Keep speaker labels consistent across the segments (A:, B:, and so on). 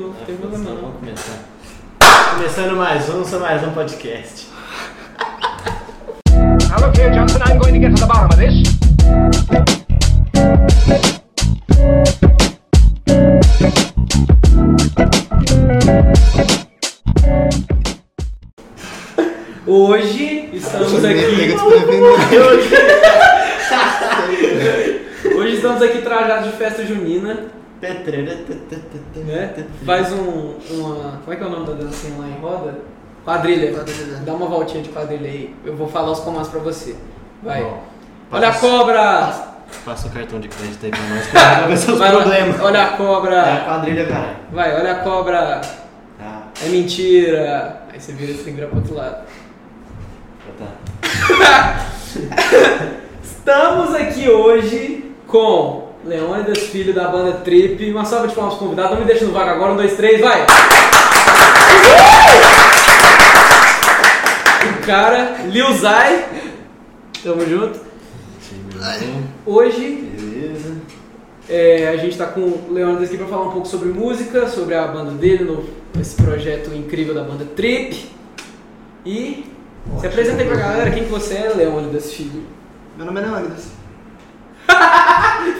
A: Não tem problema não.
B: Vamos começar. Começando mais um, só mais um podcast.
C: Now look here, Johnson, I'm going to get to the bottom of this.
A: Hoje estamos
D: Pega
A: aqui.
D: desprevenido.
A: Hoje estamos aqui trajados de festa junina, né? Faz um. Uma, como é que é o nome da dancinha lá em roda? Quadrilha.
D: Quadrilha.
A: Dá uma voltinha de quadrilha aí. Eu vou falar os comandos pra você. Vai.
B: Bom,
A: Olha a
B: passa-
A: cobra!
B: Passa o cartão de crédito aí pra nós que vai resolver seus
A: Vai lá.
B: problemas.
A: Olha a
B: É a
A: cobra!
B: quadrilha, caralho.
A: Vai, olha a cobra!
B: Tá,
A: É mentira! Aí você vira e você tem que virar pro outro lado.
B: já tá.
A: Estamos aqui hoje com Leônidas Filho da banda Trip. Uma salva de palmas pro convidado. Não me deixa no vago agora. Um, dois, três, vai! O cara, Lil Zay. Tamo junto.
B: Chegou.
A: Hoje
B: Beleza.
A: é, a gente tá com o Leônidas aqui pra falar um pouco sobre música, sobre a banda dele, no- esse projeto incrível da banda Trip. E se apresenta aí pra galera quem que você é, Leônidas Filho.
D: Meu nome é Leônidas.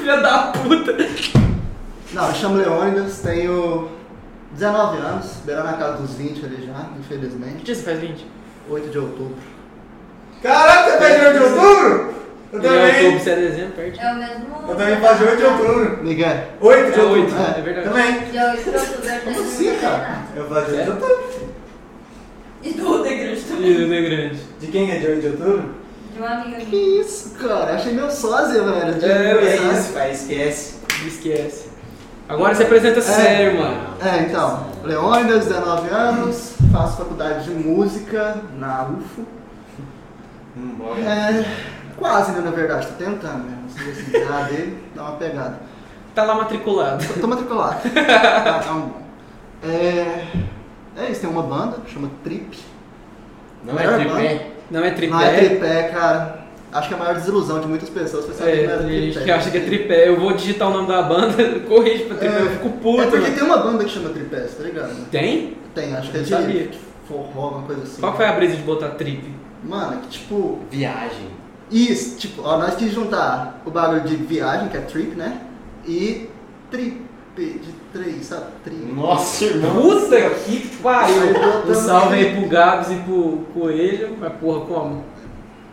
A: Filha da puta!
D: Não, eu chamo Leônidas, tenho 19 anos, beirando a casa dos 20 ali já,
A: Que
D: infelizmente.
A: dia você faz 20?
D: 8 de outubro.
E: Caraca, você faz 8 de outubro? Eu
A: Ele é outubro,
E: também.
A: você é dezembro, perto.
F: É o mesmo.
E: Eu também faço 8 de outubro.
D: Miguel,
E: 8 de
A: É
E: outubro.
A: oito,
D: é.
A: é verdade.
E: Também.
F: Dia 8 de outubro é o
D: Como
F: mesmo
D: assim,
F: do
D: cara?
F: Renato.
E: Eu faço 8 de
A: Sério?
E: outubro.
F: E do Degrande também.
A: Isso, é grande.
E: De quem é de 8 de outubro?
F: De uma amiga
D: que
F: minha.
D: isso, cara? Achei meu sósia, velho. de
A: É,
D: aniversário.
E: pai, esquece.
A: Esquece. Agora você apresenta sério, mano.
D: É, então, Leônidas, 19 anos, faço faculdade de música na UFO.
B: Hum, bora.
D: É, quase, né, na verdade, tô tentando, né? Se você tirar dele, dá uma pegada.
A: Tá lá matriculado.
D: Eu tô matriculado. Tá, tá um bom. É, é isso, tem uma banda, chama Trip.
B: Não é tripé?
A: Não é tripé.
D: Não é tripé, cara. Acho que é a maior desilusão de muitas pessoas foi
A: É,
D: saber que não era
A: tem
D: tripé.
A: gente que acha que é tripé. Eu vou digitar o nome da banda, corrige pra tripé,
D: É.
A: eu fico puto.
D: É porque
A: mano.
D: tem uma banda que chama tripé, você tá ligado? né?
A: Tem?
D: Tem, acho que é
A: Não
D: de
A: sabia.
D: forró, alguma coisa assim.
A: Qual que foi a brisa de botar trip?
D: Mano, que tipo.
B: Viagem.
D: Isso, tipo, ó, nós quis juntar o bagulho de viagem, que é trip, né? E trip, de três, sabe? Trip.
B: Nossa, irmão.
A: Puta que pariu! Um salve aí pro Gabs e pro Coelho. Mas porra, como?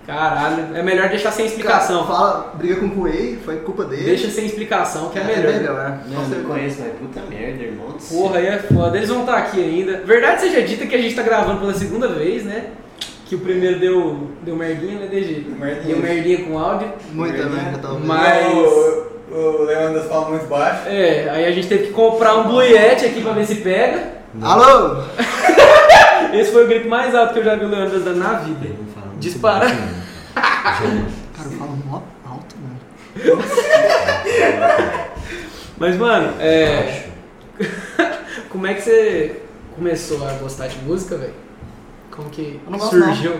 A: Caralho. É melhor deixar sem explicação.
D: Fala, briga com o Coelho, foi culpa dele.
A: Deixa sem explicação, que é
D: É
A: melhor.
D: melhor.
B: Não, não conheço, mas puta merda, irmão. do céu.
A: Porra, aí é foda. Eles vão estar aqui ainda. Verdade seja dita que a gente tá gravando pela segunda vez, né? Que o primeiro deu, deu merdinha, né, DG?
E: Merdinha.
A: Deu merdinha com áudio.
D: Muita merda, talvez.
A: né? Mas-
E: O, o Leandro fala muito baixo.
A: É, aí a gente teve que comprar um Blue Yeti aqui pra ver se pega.
D: Alô!
A: Esse foi o grito mais alto que eu já vi o Leandro dando na vida.
B: Não fala muito
A: Dispara.
B: baixo, não. Já-
D: Cara, eu falo mó alto, mano.
A: Mas, mano, é.
B: Baixo.
A: Como é que você começou a gostar de música, velho? Como que
D: Eu não gosto,
A: surgiu?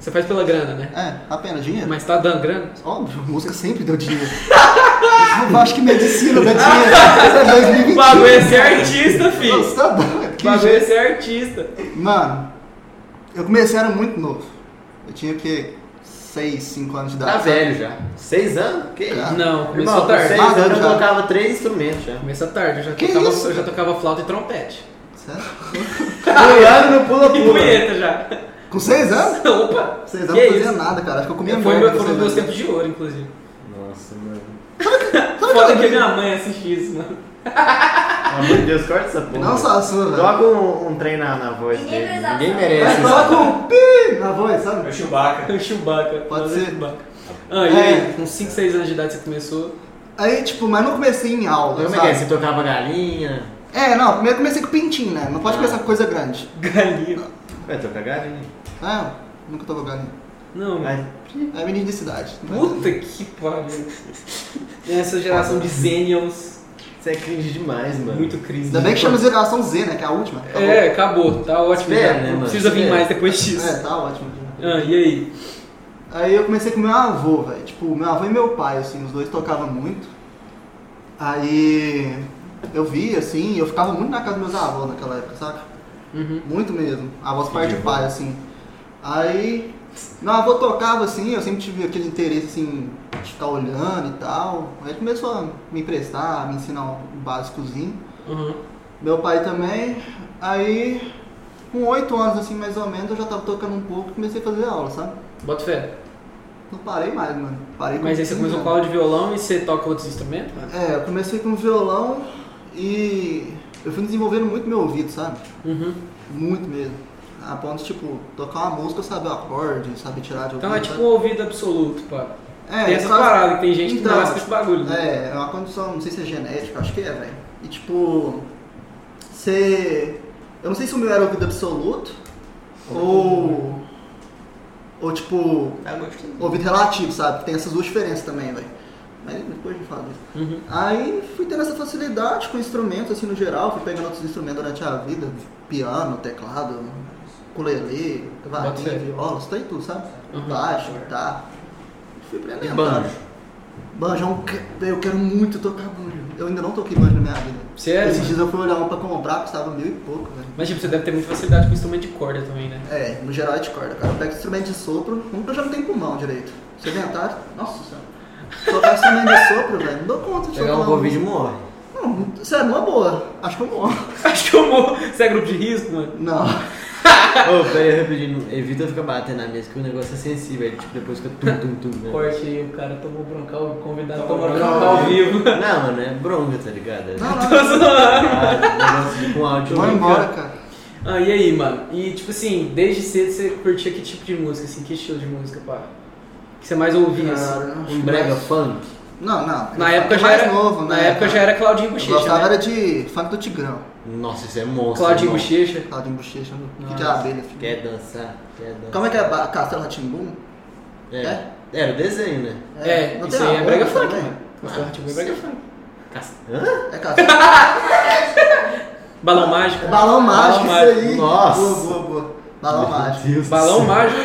A: Você faz pela grana, né?
D: É, apenas dinheiro?
A: Mas tá dando grana?
D: Óbvio, música sempre deu dinheiro. eu acho que medicina dá dinheiro. Isso é
A: O
D: 2021.
A: bagulho é ser artista,
D: Não,
A: filho.
D: Você tá doido?
A: O
D: Que
A: bagulho é assim.
D: jeito.
A: ser artista.
D: Mano, eu comecei era muito novo. Eu tinha o quê? 6, 5 anos de idade.
B: Tá
D: sabe?
B: velho já. Seis anos? Que isso?
D: Cara.
A: Não, começou
B: Irmão, com
A: tarde.
B: seis
D: Ah,
B: anos eu
D: já.
B: tocava três instrumentos já.
A: Começa tarde, eu já,
D: Que
A: tocava,
D: isso?
A: eu já tocava flauta e trompete.
D: Sério?
B: Pulando no
A: E
B: pula-pula.
A: punheta já.
D: Com 6 anos?
A: Opa!
D: 6
A: que
D: anos eu não fazia
A: isso?
D: nada, cara. Acho que eu comia
A: Foi,
D: merda
A: meu,
D: com né?
A: foi
D: seis
A: meu
D: anos.
A: tempo de ouro, inclusive.
B: Nossa, mano.
A: Foda que minha mãe assistir isso, né? mano.
B: Pelo amor de Deus, corta essa porra.
D: Não só a sua, velho.
B: Coloca um, um trem na, na voz
F: Ninguém
B: dele.
F: precisa.
B: Ninguém
D: Mas
B: merece.
D: coloca um pi na voz, sabe?
E: Meu
D: É
E: Chewbacca.
A: O Chewbacca.
D: Pode
A: Fazer
D: ser.
A: Chewbacca. Ah, e aí?
D: É.
A: Com 5, 6 anos de idade você começou.
D: Aí, tipo, mas não comecei em aula,
B: Como é que é?
D: sabe?
B: Você tocava galinha?
D: É, não, primeiro comecei com pintinho, né? Não pode
B: Ah.
D: começar com coisa grande.
A: Galinha.
B: Vai tocar galinha.
D: Ah, nunca tô galinha.
A: Não,
B: Mas,
D: É menino de cidade. não vai
A: puta que pariu. É Essa geração de Zenials.
B: você é cringe demais, mano.
A: Muito crise.
D: Ainda bem que chama geração Z, né? Que é a última. acabou.
A: É, acabou. Tá ótimo. já.
B: Espera, né,
A: Não
B: mano?
A: precisa vir
B: Espera.
A: mais depois disso.
D: É, tá ótimo.
A: Ah, e aí?
D: Aí eu comecei com meu avô, velho. Tipo, meu avô e meu pai, assim, os dois tocavam muito. Aí Eu vi, assim, eu ficava muito na casa dos meus avós naquela época, saca?
A: Uhum.
D: Muito mesmo. Avós
E: Que
D: parte de
E: diva.
D: pai, assim. Aí, meu avô tocava, assim, eu sempre tive aquele interesse, assim, de ficar olhando e tal. Aí ele começou a me emprestar, a me ensinar um básicozinho.
A: Uhum.
D: Meu pai também. Aí, com oito anos, assim, mais ou menos, eu já tava tocando um pouco e comecei a fazer aula, sabe?
A: Bota fé.
D: Não parei mais, mano. Parei com
A: Mas aí você
D: 15
A: começou
D: anos.
A: com aula de violão e você toca outros instrumentos? mano?
D: É, eu comecei com violão e eu fui desenvolvendo muito meu ouvido, sabe?
A: Uhum.
D: Muito mesmo. A ponto de, tipo, tocar uma música, sabe, o acorde, sabe, tirar de
A: Então é
D: algum-
A: tipo um ouvido absoluto, pá.
D: Uhum. É,
A: tem essa
D: sabe?
A: parada que tem gente que
D: Então,
A: nasce com esse bagulho. né?
D: É, é uma condição, não sei se é genética, acho que é, velho. E tipo, você. Eu não sei se o meu era ouvido absoluto ou. Ou tipo, ouvido relativo, sabe? Que Tem essas duas diferenças também, velho. Mas depois a gente fala disso.
A: Uhum.
D: Aí fui tendo essa facilidade com instrumentos, assim, no geral. Fui pegando outros instrumentos durante a vida. Piano, teclado, ukulele,
A: Bota fé.
D: varinha, viola, isso daí tudo, sabe?
A: Uhum.
D: Baixo, guitarra. Fui
E: E
D: aprendendo,
E: banjo.
D: sabe? Banjo, é um que- eu quero muito tocar banjo. Eu ainda não toquei banjo na minha vida.
A: Sério?
D: Esses
A: É, mano?
D: dias eu fui olhar uma pra comprar, custava mil e pouco, velho.
A: Mas tipo, você deve ter muita facilidade com instrumento de corda também, né?
D: É, no geral é de corda, cara. Eu pego instrumento de sopro, um que eu já não tenho pulmão direito. Sedentário, nossa senhora. Tocar instrumento de sopro, velho, não dou conta de
B: Pegar um
D: soprar
B: Covid morre.
D: Não, sério, não é boa. Acho que eu morro.
A: Acho que eu morro. Você é grupo de risco, mano?
D: Não.
B: Ô, peraí, rapidinho. Evita ficar batendo na mesa, que o negócio é sensível. aí, Tipo, depois fica tum, tum, tum. né?
A: Corte aí, o cara tomou broncal, o convidado
E: Tomou
A: tomou
E: broncal
A: broncal ao vivo.
B: Não, mano, é bronca, tá ligado? É
D: Não, não, não.
B: Ah, negócio de com áudio.
D: Vai embora, cara.
A: Ah, e aí, mano? E tipo assim, desde cedo você curtia que tipo de música, assim, que estilo de música, pá? Que você mais ouvia, assim?
D: Cara,
B: Um brega
D: mas-
B: funk.
D: Não, não.
A: Na
D: É
A: época já
D: mais
A: era.
D: novo,
A: na
D: né,
A: época
D: cara?
A: já era Claudinho Bochecha.
D: Eu gostava
A: né?
D: era de funk do Tigrão.
B: Nossa, isso é monstro.
A: Claudinho
B: irmão.
A: Bochecha.
D: Tava de bochecha, no- que de
A: Nossa.
D: abelha, filho.
B: Quer dançar? Quer dançar.
D: Como é que é? Ba- Castelo Ratimbum?
B: É. Era o desenho, né?
A: É,
D: não tem
A: isso aí é
D: nada,
A: brega
D: não
A: funk,
D: tem.
A: mano. Castelo Rá-Tim-Bum é brega funk.
B: Cas- Hã?
D: É Castelo.
A: Balão mágico.
D: Balão mágico, isso
A: mágico.
D: aí.
B: Nossa.
D: Boa, boa, boa. Balão mágico.
B: Meu Deus do
A: Balão
B: céu.
A: mágico.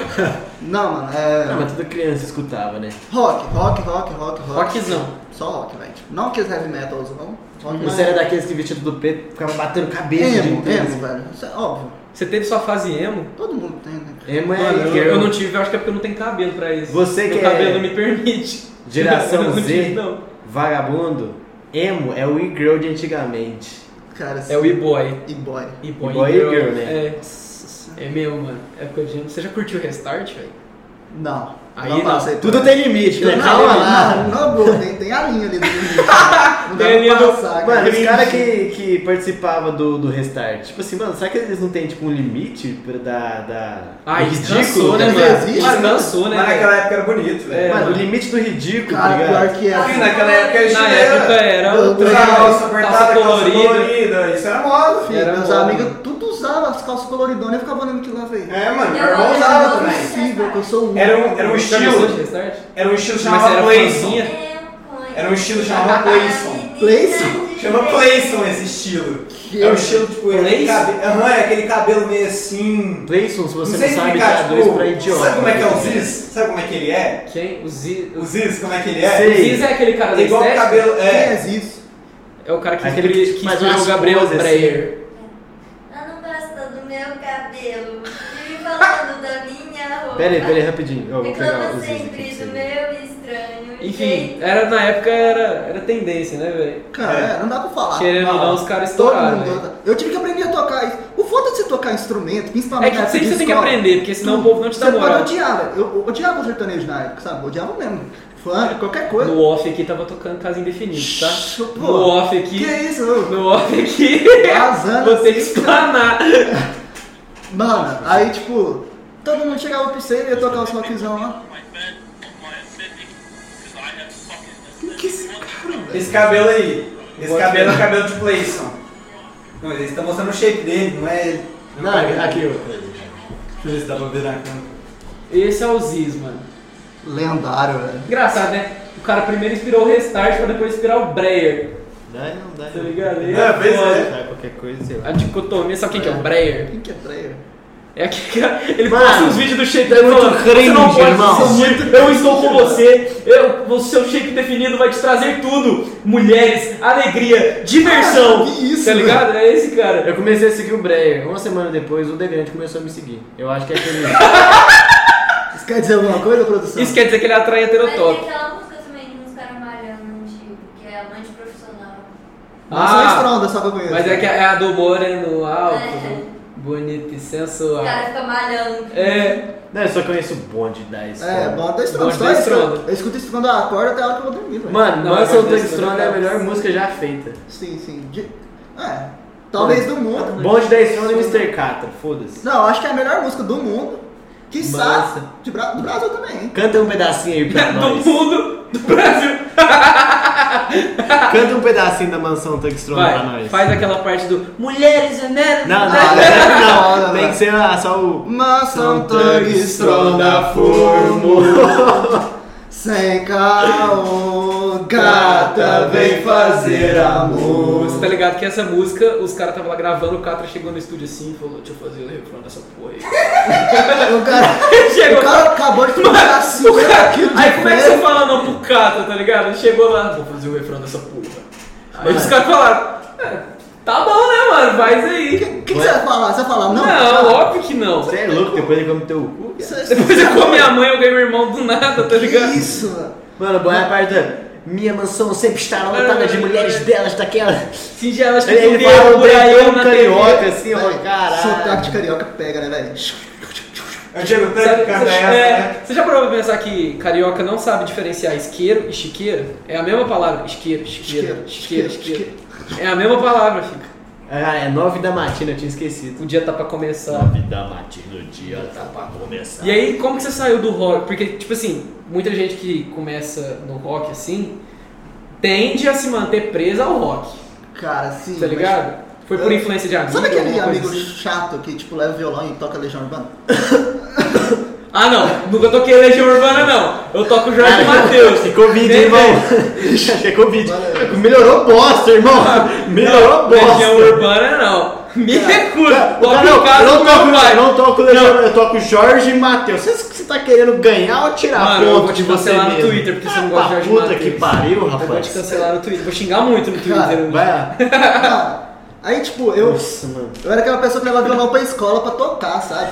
D: Não, mano,
B: Não,
D: é.
B: mas toda criança escutava, né?
D: Rock, rock, rock, rock, rock.
A: Rockzão.
D: Só rock, velho. Tipo, Não aqueles heavy metals, não. Rock
B: Você era daqueles que vestido do preto ficava batendo cabeça.
D: Emo,
B: de
D: emo, velho. Isso é óbvio.
A: Você teve sua fase emo?
D: Todo mundo tem, né?
B: Emo é
A: Mano, eu,
B: girl.
A: eu não tive, eu acho que é porque eu não tenho cabelo pra isso.
B: Você
A: Meu
B: que é-
A: cabelo não me permite.
B: Geração
A: Eu não
B: Z.
A: tive, não.
B: Vagabundo. Emo é o e-girl de antigamente.
D: Cara, assim,
A: É o e-boy.
D: E-boy.
A: E-boy
B: E-boy e girl, né?
A: É. É meu, mano. Época de emo. Você já curtiu o Restart, velho?
D: Não.
A: Aí
D: não.
A: não.
D: passei por
B: Tudo
D: isso.
B: tem limite, né?
D: Não,
B: Calma lá.
D: não, não, boa, tem, tem a linha ali do limite. né? Não
A: Tem a linha
D: dá
A: do-
D: pra passar, cara.
B: Mano, os caras que, que participava do, do Restart, tipo assim, mano, será que eles não têm, tipo, um limite pra, da, da...
A: Ah,
B: do
A: isso cansou, né,
D: Não
A: mano?
D: existe,
A: Isso
D: né?
A: cansou,
E: Mas
A: né, velho?
E: naquela época era bonito, velho.
A: É.
B: Mano, o limite do ridículo, tá
D: Cara,
B: ligado?
D: pior que é.
E: Sim, naquela época a gente
A: Na
E: era-
A: época era
D: Eu
A: outra,
E: Usava
A: né?
E: Tá, calça apertada,
A: Calça
E: calça
A: colorida.
E: colorida. Isso era moda, filho.
A: Era
D: meus
A: moda.
D: amigos tudo usava as calças coloridonas e eu ficava olhando aquilo lá, velho.
E: É, mano, meu
F: Era
E: irmão
F: moda, era
E: usava
F: moda.
E: também.
D: possível que eu sou um.
E: Era um, era um
A: Já gostou de
E: estilo.
A: Restart?
E: Era um estilo
A: Mas
E: chamado
A: era
E: Playson.
A: fãzinha?
E: Era um estilo chamado Playson.
D: Playson?
E: Chama Playson esse estilo.
D: Que
E: é um estilo, tipo, é aquele
A: Playson?
E: cabelo. Aham, é aquele cabelo meio assim.
B: Playson, se
E: Não
B: você não,
E: sei
B: sabe,
E: explicar,
B: dá dois
E: tipo.
B: pra idiota. né?
E: Sabe como é que é o Ziz? Sabe como é que ele é?
A: Quem? O Ziz.
E: O Ziz, como é que ele é?
B: Sei.
A: Ziz é aquele cara da
E: É igual o
A: estética?
E: cabelo.
D: Quem é
E: É.
D: isso?
A: É o cara que
B: Aquele
A: inspira-
B: que
A: que
B: faz
A: inspirou o
B: umas
A: Gabriel
B: poses,
A: Breyer.
F: Ela não gosta do meu cabelo. Vive falando da minha roupa.
B: Pera aí, pera aí, rapidinho. Eu vou pegar
F: Reclama
B: o Ziz aqui.
F: Então é sempre né? do meu estranho.
A: Enfim,
F: jeito.
A: era, na época era, era tendência, né, velho?
D: Cara, é, não dá pra falar.
A: Querendo ou
E: não,
A: não, os caras
D: Todo
A: estouraram,
D: mundo
A: velho.
D: anda. Eu tive que aprender a tocar isso. O foda de você tocar instrumento,
A: É
D: principalmente
A: que
D: na época
A: sempre
D: de
A: você tem que
D: escola,
A: aprender, porque senão o povo não te dá
D: Você pode
A: moral.
D: odiar, velho. Eu eu odiava o sertanejo na época, sabe? Eu odiava mesmo. Fã, qualquer coisa.
A: No off aqui tava tocando Casa Indefinida, tá?
D: Pô,
A: No off aqui.
D: Que isso, mano?
A: No off aqui.
D: Vazando
A: Vou ter que
D: assim,
A: explanar.
D: Mano, aí tipo, todo mundo chegava pro você e ia tocar os rockzão lá. Que que é esse cara, velho?
E: Esse cabelo aí. Esse
A: Pode
E: cabelo é o
A: ver.
E: cabelo de Playson. Não, eles estão mostrando o shape dele, não é ele.
B: Não, aqui,
E: Deixa eu ver se dá pra ver na câmera.
A: Esse é o Ziz, mano.
D: Lendário, velho.
A: Engraçado, né? O cara primeiro inspirou o Restart pra depois inspirar o Breyer.
B: Dá, não, dá.
A: Tá ligado?
E: É, pois é.
B: Dá qualquer coisa, sei lá.
A: A dicotomia, sabe quem que é o Breyer?
D: Quem que é Breyer?
A: É aquele cara. Ele
B: Mano,
A: posta uns vídeos do shape
B: é muito
A: falando, Você não
B: cringe,
A: pode
B: irmão.
A: desistir, eu estou com você. Eu, o seu shape definido vai te trazer tudo: mulheres, alegria, diversão.
E: Cara, que isso,
A: tá ligado? É esse cara.
B: Eu comecei a seguir o Breyer. Uma semana depois, o Degrande começou a me seguir. Eu acho que é aquele.
D: Isso quer dizer alguma coisa, produção?
A: Isso quer dizer que ele atrai
B: é
F: Mas tem
A: heterotop.
F: aquela música também de uns caras malhando antigo, que é amante profissional.
D: Nossa, é
A: Ah,
D: uma estronda, só que eu conheço.
A: Mas é que é a do Moreno alto,
F: É.
A: bonito e
F: Os
A: sensual.
F: caras ficam malhando.
A: É,
B: Não, eu só conheço o bonde da escola.
D: É, bom da estronda.
A: Bonde
D: Só
A: da
D: isso que eu-
A: estronda.
D: Eu escuto isso quando eu acordo até a hora que eu vou dormir, velho.
B: Mano,
A: Não,
B: Mansell
A: mas
B: Black
A: esse
B: Strong
A: também
B: é a
A: não.
B: melhor música já feita.
D: Sim, sim. De- É, talvez do mundo.
B: Bonde da Strong e Mr. Catra, foda-se.
D: Não, acho que é a melhor música do mundo. Que
B: Nossa.
D: de Bra- do Brasil também.
B: Canta um pedacinho aí pra
A: do
B: nós.
A: mundo, do Brasil.
B: Canta um pedacinho da mansão Tuck Strong pra
A: Vai,
B: nós.
A: faz aquela parte do Mulheres Veneras.
B: Não, não,
D: Não,
B: não,
D: não,
B: Tem
D: não.
B: que ser ah, só o.
D: Maçã Tangstronda Sem caô, gata vem fazer amor.
A: Você tá ligado que essa música, os caras estavam lá gravando, o Catra chegou no estúdio assim e falou, deixa eu fazer o refrão dessa porra aí.
D: O cara,
A: Chegou.
D: o cara acabou de ficar assim, aquilo de
A: Aí como é que você
D: preto.
A: fala não pro Catra, tá ligado? Ele chegou lá, vou fazer o refrão dessa porra.
D: Ah,
A: Aí os caras falaram, "É, tá bom né, mano, faz
D: O que,
A: aí.
D: o que que você vai falar? Você vai falar, não?
A: Não, óbvio que não.
B: Você é louco, depois ele come teu cu.
D: Isso é-
A: Depois eu com minha mãe, eu ganhei meu irmão do nada, tá ligado?
D: Que Isso, mano.
B: Mano, boa é a parte da. Minha mansão sempre estará lotada de mulheres belas daquela.
A: Singelas que eu
B: Ele
A: vi
B: fala um
A: por aí eu
B: trem
A: na TV.
B: carioca assim, ó,
D: Velho, Sotaque de
B: caralho.
D: carioca pega, né, velho?
E: Eu chego tanto
A: Sabe-
E: que canta
A: você-
E: essa,
A: é,
E: né?
A: Você já parou pra pensar que carioca não sabe diferenciar isqueiro e chiqueiro? É a mesma palavra. Isqueiro, chiqueiro,
D: Isqueiro,
A: chiqueiro,
D: isqueiro,
A: chiqueiro. É a mesma palavra, filho.
B: Ah, é nove da matina, eu tinha esquecido.
A: O dia tá pra começar.
B: Nove da matina, o dia tá pra começar.
A: E aí, como que você saiu do rock? Porque, tipo assim, muita gente que começa no rock assim tende a se manter presa ao rock,
D: Cara, sim.
A: tá
D: mas-
A: ligado? Foi por
D: Eu-
A: influência de amigos.
D: Sabe aquele
A: alguma coisa
D: amigo
A: assim?
D: chato que, tipo, leva violão e toca Legião Urbana?
A: Ah, não. Nunca toquei Legião Urbana, não. Eu toco Jorge Matheus.
B: É Covid, hein, irmão? É Covid. Melhorou bosta, irmão. Melhorou bosta.
A: Legião Urbana, não. Me recuso.
B: Não,
A: Toco
B: não,
A: em casa
B: eu
A: com
B: não
A: meu
B: toco,
A: pai.
B: eu não toco Legião, eu toco Jorge e Matheus. Você, você tá querendo ganhar ou tirar
A: Mano, eu
B: ponto
A: vou te
B: de você
A: cancelar no
B: mesmo?
A: Twitter, porque você
B: Ah,
A: não gosta de
B: pra
A: Jorge
B: puta
A: Mateus.
B: que pariu,
A: Eu vou te
B: rapaz.
A: cancelar no Twitter. Vou xingar muito no Twitter.
D: Cara,
A: hoje.
B: Vai lá.
D: Cara, aí, tipo, eu,
B: Nossa, mano.
D: eu era aquela pessoa que levava violão pra escola pra tocar, sabe?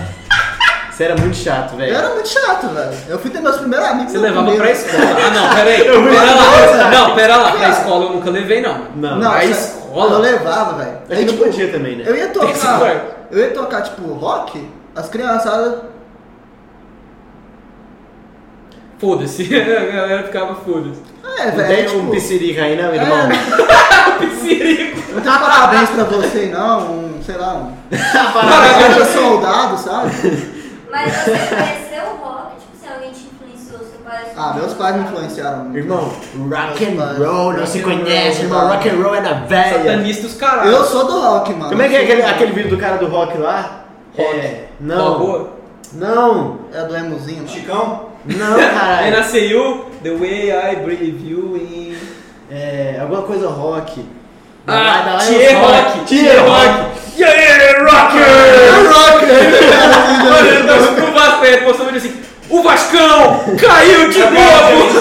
B: Você era muito chato,
D: Eu
B: velho.
D: era muito chato, velho. Eu fui ter meus primeiros amigos.
A: Você
D: no
A: levava pra
D: primeiro.
A: escola. Ah, não, peraí.
B: Eu vou
A: Pera lá.
B: xingar.
A: Não, pera lá. Pra escola eu nunca levei, não.
B: Não.
D: Não,
A: pra
D: sabe?
A: escola?
D: Eu levava, velho. tipo,
B: É que não podia também, né?
D: Eu ia
A: Tem que ser
D: tocar.
A: forte.
D: Eu ia tocar, tipo, rock, as criançadas.
A: Foda-se. A galera ficava foda-se.
D: É,
B: Não tem
D: velho.
B: um
D: Tipo,
B: piscirica aí, não, irmão?
A: Pissirico.
D: não tem um parabéns pra você, aí, não. Um, sei lá, um.
A: Parabéns.
D: Parabéns pra soldado, sabe?
F: Mas você conheceu o rock? Tipo, se alguém te influenciou, seu pai...
D: Ah, meus pais me influenciaram muito.
B: Irmão, rock and
D: Mano,
B: roll não
D: rock
B: se
D: and
B: conhece,
D: roll,
B: irmão.
D: mano.
B: Rock and roll é da velha.
A: Satanista Tá os caralho.
D: Eu sou do rock, mano.
B: Como é que é
D: Eu
B: aquele,
D: sou do rock.
B: aquele vídeo do cara do rock lá?
A: Rock.
B: É,
A: Robô.
B: não. Não,
D: É do emozinho, mano.
E: Chicão?
B: não,
A: Aí
B: caralho.
A: nasceu you, The Way I Breathe You in...
B: É, alguma coisa rock.
A: Ah,
B: Vai, dá lá,
A: Tchê
B: eu falo.
A: Rock.
B: Tchê Rock.
A: Yeah, rocker! Mano, ele tá pro Vasco, aí ele postou um vídeo assim... O Vascão caiu de novo!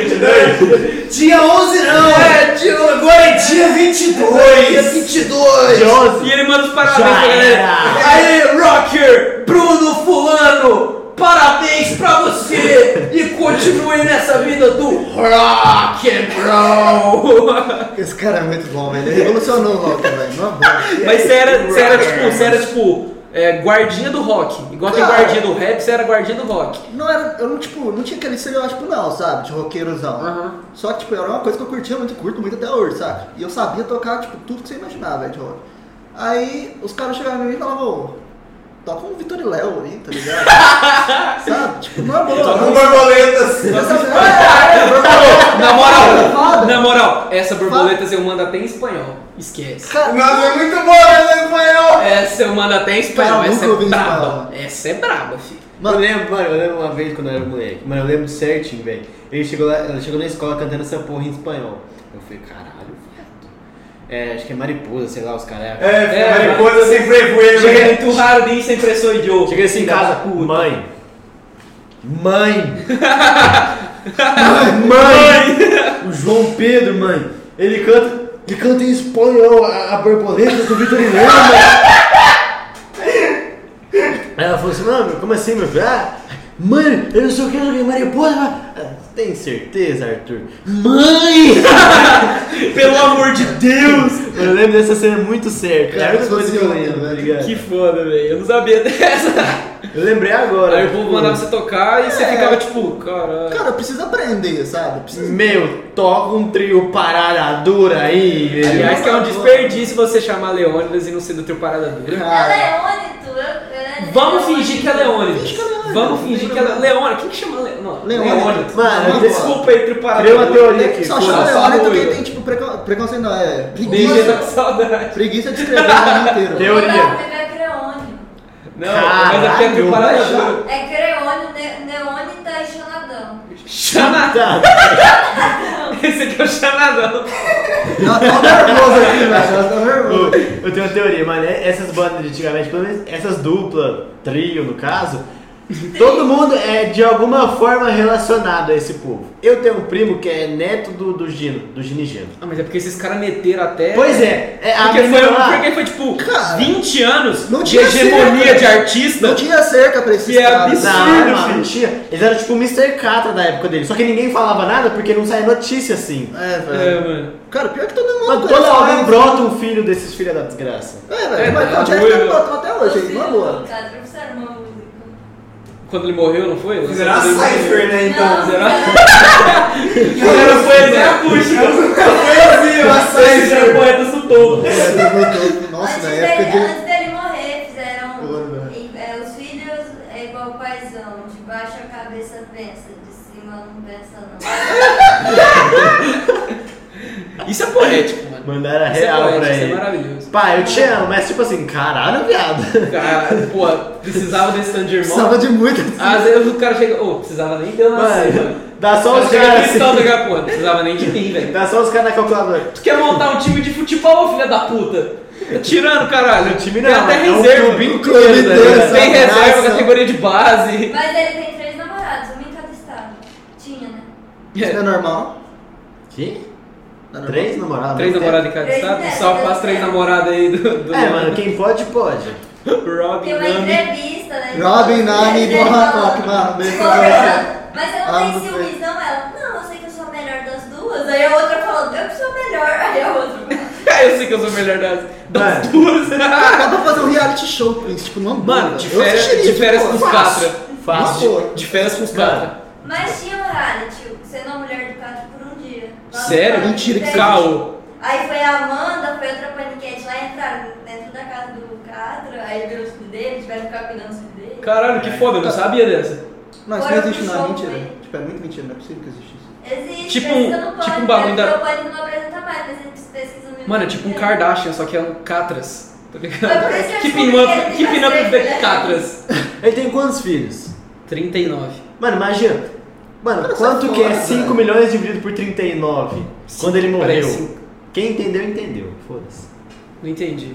E: 22, é o dia 22.
B: Dia 11 não!
A: É, de novo!
B: Agora é dia 22! Dia 22! Dia 11!
A: E ele manda os
B: Já
A: parabéns pra galera.
B: era.
A: Aê, Rocker! Bruno Fulano! Parabéns pra você! E continue nessa vida do rock and roll!
D: Esse cara é muito bom, velho. Ele revolucionou o rock, velho. Não é
A: Mas você era, você era tipo, você era, tipo é, guardinha do rock. Igual tem
D: Cara.
A: guardinha do rap, você era guardinha do rock.
D: Não era, eu não, tipo, não tinha aquele estereótipo não, sabe? De roqueirozão.
A: Aham.
D: Só que, tipo, era uma coisa que eu curtia muito, curto muito até hoje, saca? E eu sabia tocar, tipo, tudo que você imaginava, velho, de rock. Aí, os caras chegavam em mim e falavam, ô, toca um Vitor e Léo aí, tá ligado? sabe? Tipo, não é boa.
E: Com
A: um
E: assim.
D: não.
E: borboletas.
D: Essa- É,
A: Na moral,
D: Foda.
A: na moral, essa borboletas eu mando até em espanhol. Esquece.
D: cara,
E: Nossa, é muito bom, né, espanhol?
A: Essa eu mando até em espanhol.
D: Cara, eu
A: Essa
D: nunca
A: é
D: ouvi em
A: braba.
D: espanhol.
A: Essa é braba, filho.
B: Eu
D: Mano,
B: lembro, mano, eu lembro uma vez quando eu era moleque, mano, eu lembro certinho, velho. Ele chegou lá, ela chegou na escola cantando essa porra em espanhol. Eu falei, caralho, viado. É, acho que é mariposa, sei lá, os caras.
E: É, fica
A: É,
E: mariposa sem frevoeiro.
A: Chega
E: né?
A: muito raro de impressor de ouro.
B: Chega assim em casa, mãe. Mãe! mãe! O João Pedro, mãe. Ele canta, ele canta em espanhol a, a borboleta do Vitorino, mãe. Aí ela falou assim, mano, como assim, meu filho? Ah, mãe, eu não sei o que, eu não mariposa. Ah, tem certeza, Arthur? Mãe!
A: Pelo amor de Deus!
B: eu lembro dessa cena muito certa. É a única coisa que eu lembro, tá ligado?
A: Que foda, velho. Eu não sabia dessa.
B: Eu lembrei agora.
A: Aí o povo mandava você tocar e você
D: É.
A: ficava tipo, caralho.
D: Cara, precisa aprender, sabe? Precisa...
A: Hum.
B: Meu, toca um trio parada dura aí, velho.
A: Aliás, que é um desperdício você chamar Leônidas e não ser do teu parada dura.
F: É Leônito, eu, eu-
A: Vamos fingir que é Leônidas.
D: Finge que é Leônidas.
A: Vamos fingir que é Leônidas. Leônidas. Quem que chama Le... não,
D: Leônidas.
A: Leônidas?
B: Mano,
A: Não, desculpa aí, trio parada
B: Criou uma
A: dura.
B: teoria
D: É que
B: aqui.
D: só achar
A: foda, só
D: Leônidas
A: doido.
D: também tem, tipo, precon- preconceito não,
A: Beijinho
D: é
A: da
D: preguiça.
A: tá saudade.
D: Preguiça de escrever o nome inteiro.
B: Deu- teoria.
F: Não, é Creônio.
A: Não, mas aqui é trio
B: Caralho,
A: parada
B: mas já-
A: dura.
F: É Creônio, ne Neônita e Xanadão.
A: Chama...
B: Tá.
A: Esse aqui é o Xanadão.
D: Ela tá nervosa aqui, velho. Ela tá nervosa.
B: Eu tenho uma teoria, mano. é- Essas bandas de antigamente, pelo menos essas dupla, trio no caso, todo mundo é de alguma forma relacionado a esse povo. Eu tenho um primo que é neto do, do Gino, do Gino e Gino.
A: Ah, mas é porque esses caras meteram até...
B: Pois é, é a
A: Porque foi,
B: menina lá.
A: porque foi tipo
D: Cara,
A: 20 anos
D: não
A: de
D: tinha
A: hegemonia
D: cerca.
A: de artista.
D: Não tinha cerca pra esses
A: Que é
D: caras.
A: absurdo.
B: Não,
A: filho.
B: não, não tinha. Eles eram tipo o Mr. Catra da época dele. Só que ninguém falava nada porque não saía notícia assim.
D: É,
A: É,
D: velho.
A: mano.
D: Cara, pior que todo mundo.
B: Mas
D: conhece,
B: toda hora
D: né?
B: brota um filho desses filha da desgraça.
D: É,
A: É,
D: velho. Mas
A: tá
D: o Jack
A: doido.
D: tá batendo até hoje,
F: Os
D: hein? Uma
F: filhos
D: boa.
F: do Catra fizeram uma música.
A: Quando ele morreu, não foi?
E: Fizeram a Cypher, né, então?
A: Será?
E: Fizeram
A: Foi até acústica.
E: Foi assim, uma
A: Fizeram
E: Cypher.
A: é poeta sutopo.
D: Nossa,
F: antes,
D: na
F: dele,
D: época de.
F: antes dele morrer, fizeram.
D: Porra, velho.
F: é, os filhos é igual o paizão, de baixo a cabeça pensa, de cima não pensa não.
A: Isso é poético, mano.
B: Mandaram a
A: Isso é
B: real
A: poético,
B: pra
A: isso é
B: ele.
A: maravilhoso.
B: Pai, eu te amo, mas tipo assim, caralho, viado.
A: Cara, pô, precisava desse tanto de irmão.
D: Precisava de muito.
A: Às vezes o cara chega, ô, precisava nem de eu nascer, mano.
B: Mano, dá só
A: Cara,
B: os
A: chega
B: caras
A: aqui e solta
B: assim.
A: daqui a pouco, precisava nem de mim, velho.
B: Dá só os caras na calculadora.
A: Tu quer montar um time de futebol, filha da puta? Tá tirando, caralho.
B: Um time
A: Tem
B: não,
A: até
B: é um
A: reserva.
B: clube
A: mano.
B: inteiro,
A: Tem
B: né?
A: Tem
D: Essa
A: reserva,
D: raça.
A: categoria de base.
F: Mas ele tem três namorados, uma em cada estado. Tinha, né?
D: Isso não é normal.
B: Que?
D: Não é normal.
B: Três namorados?
A: Três namoradas em cada
F: Três
A: estado?
F: netas.
A: Só faz três namoradas aí do, do
B: É, mano, quem pode, pode.
A: Robin
F: Tem é uma
A: Nami.
F: entrevista, né?
D: Robin, Nami,
F: Ele
D: Borra
F: fala,
D: Top, mano, beijo pra
F: "Porra, Mas você
D: Ah,
F: não
D: não
F: tem ciúmes, não? Ela, não, eu sei que eu sou a melhor das duas. Aí a outra falou, eu que sou a melhor. Aí a outra,
A: Ah, eu sei que eu sou o melhor das, das
B: Mano.
A: duas.
D: Cara, dá pra fazer um reality show, Prince. Tipo, não
A: Mano, de férias,
D: tipo,
A: de férias com os catra.
D: Fácil.
A: De- De férias com os
B: Mano.
A: catra.
F: Mas tinha um reality, sendo a mulher do Cátia por um dia. Lá no
A: Sério?
F: Cátia,
D: Mentira que
F: daí-
A: Caô.
F: Aí foi a Amanda, foi outra paniquete lá, entraram dentro da casa do Catra, aí viram os filhos dele, tiveram que ficar cuidando dos filhos dele.
A: Caralho, que foda, eu não sabia dessa.
D: Não, isso não existe, não. É mentira. Tipo, é muito mentira. Não é possível que exista isso.
F: Existe,
A: Tipo
F: mas
A: um-
F: você não pode,
A: tipo um bagulho
F: né?
A: da-
F: Porque O pânico não apresenta mais, mas eles pesquisam no
A: Mano, é
F: YouTube né?
A: tipo um
F: dele.
A: Kardashian, só que é um catras. Tá
F: Mas
A: ligado?
F: por isso que eu
A: Keeping
F: descobri
A: up,
F: que ele tem
A: keeping up
F: mais
A: with
F: três,
A: the
F: né?
A: catras.
B: Ele tem quantos filhos?
A: 39.
B: Mano, imagina. Mano,
D: Cara,
B: quanto
D: sai
B: que é
D: fora,
B: 5
D: velho.
B: milhões dividido por 39? quando ele morreu.
A: Parece cinco.
B: Quem entendeu, entendeu. Foda-se.
A: Não entendi.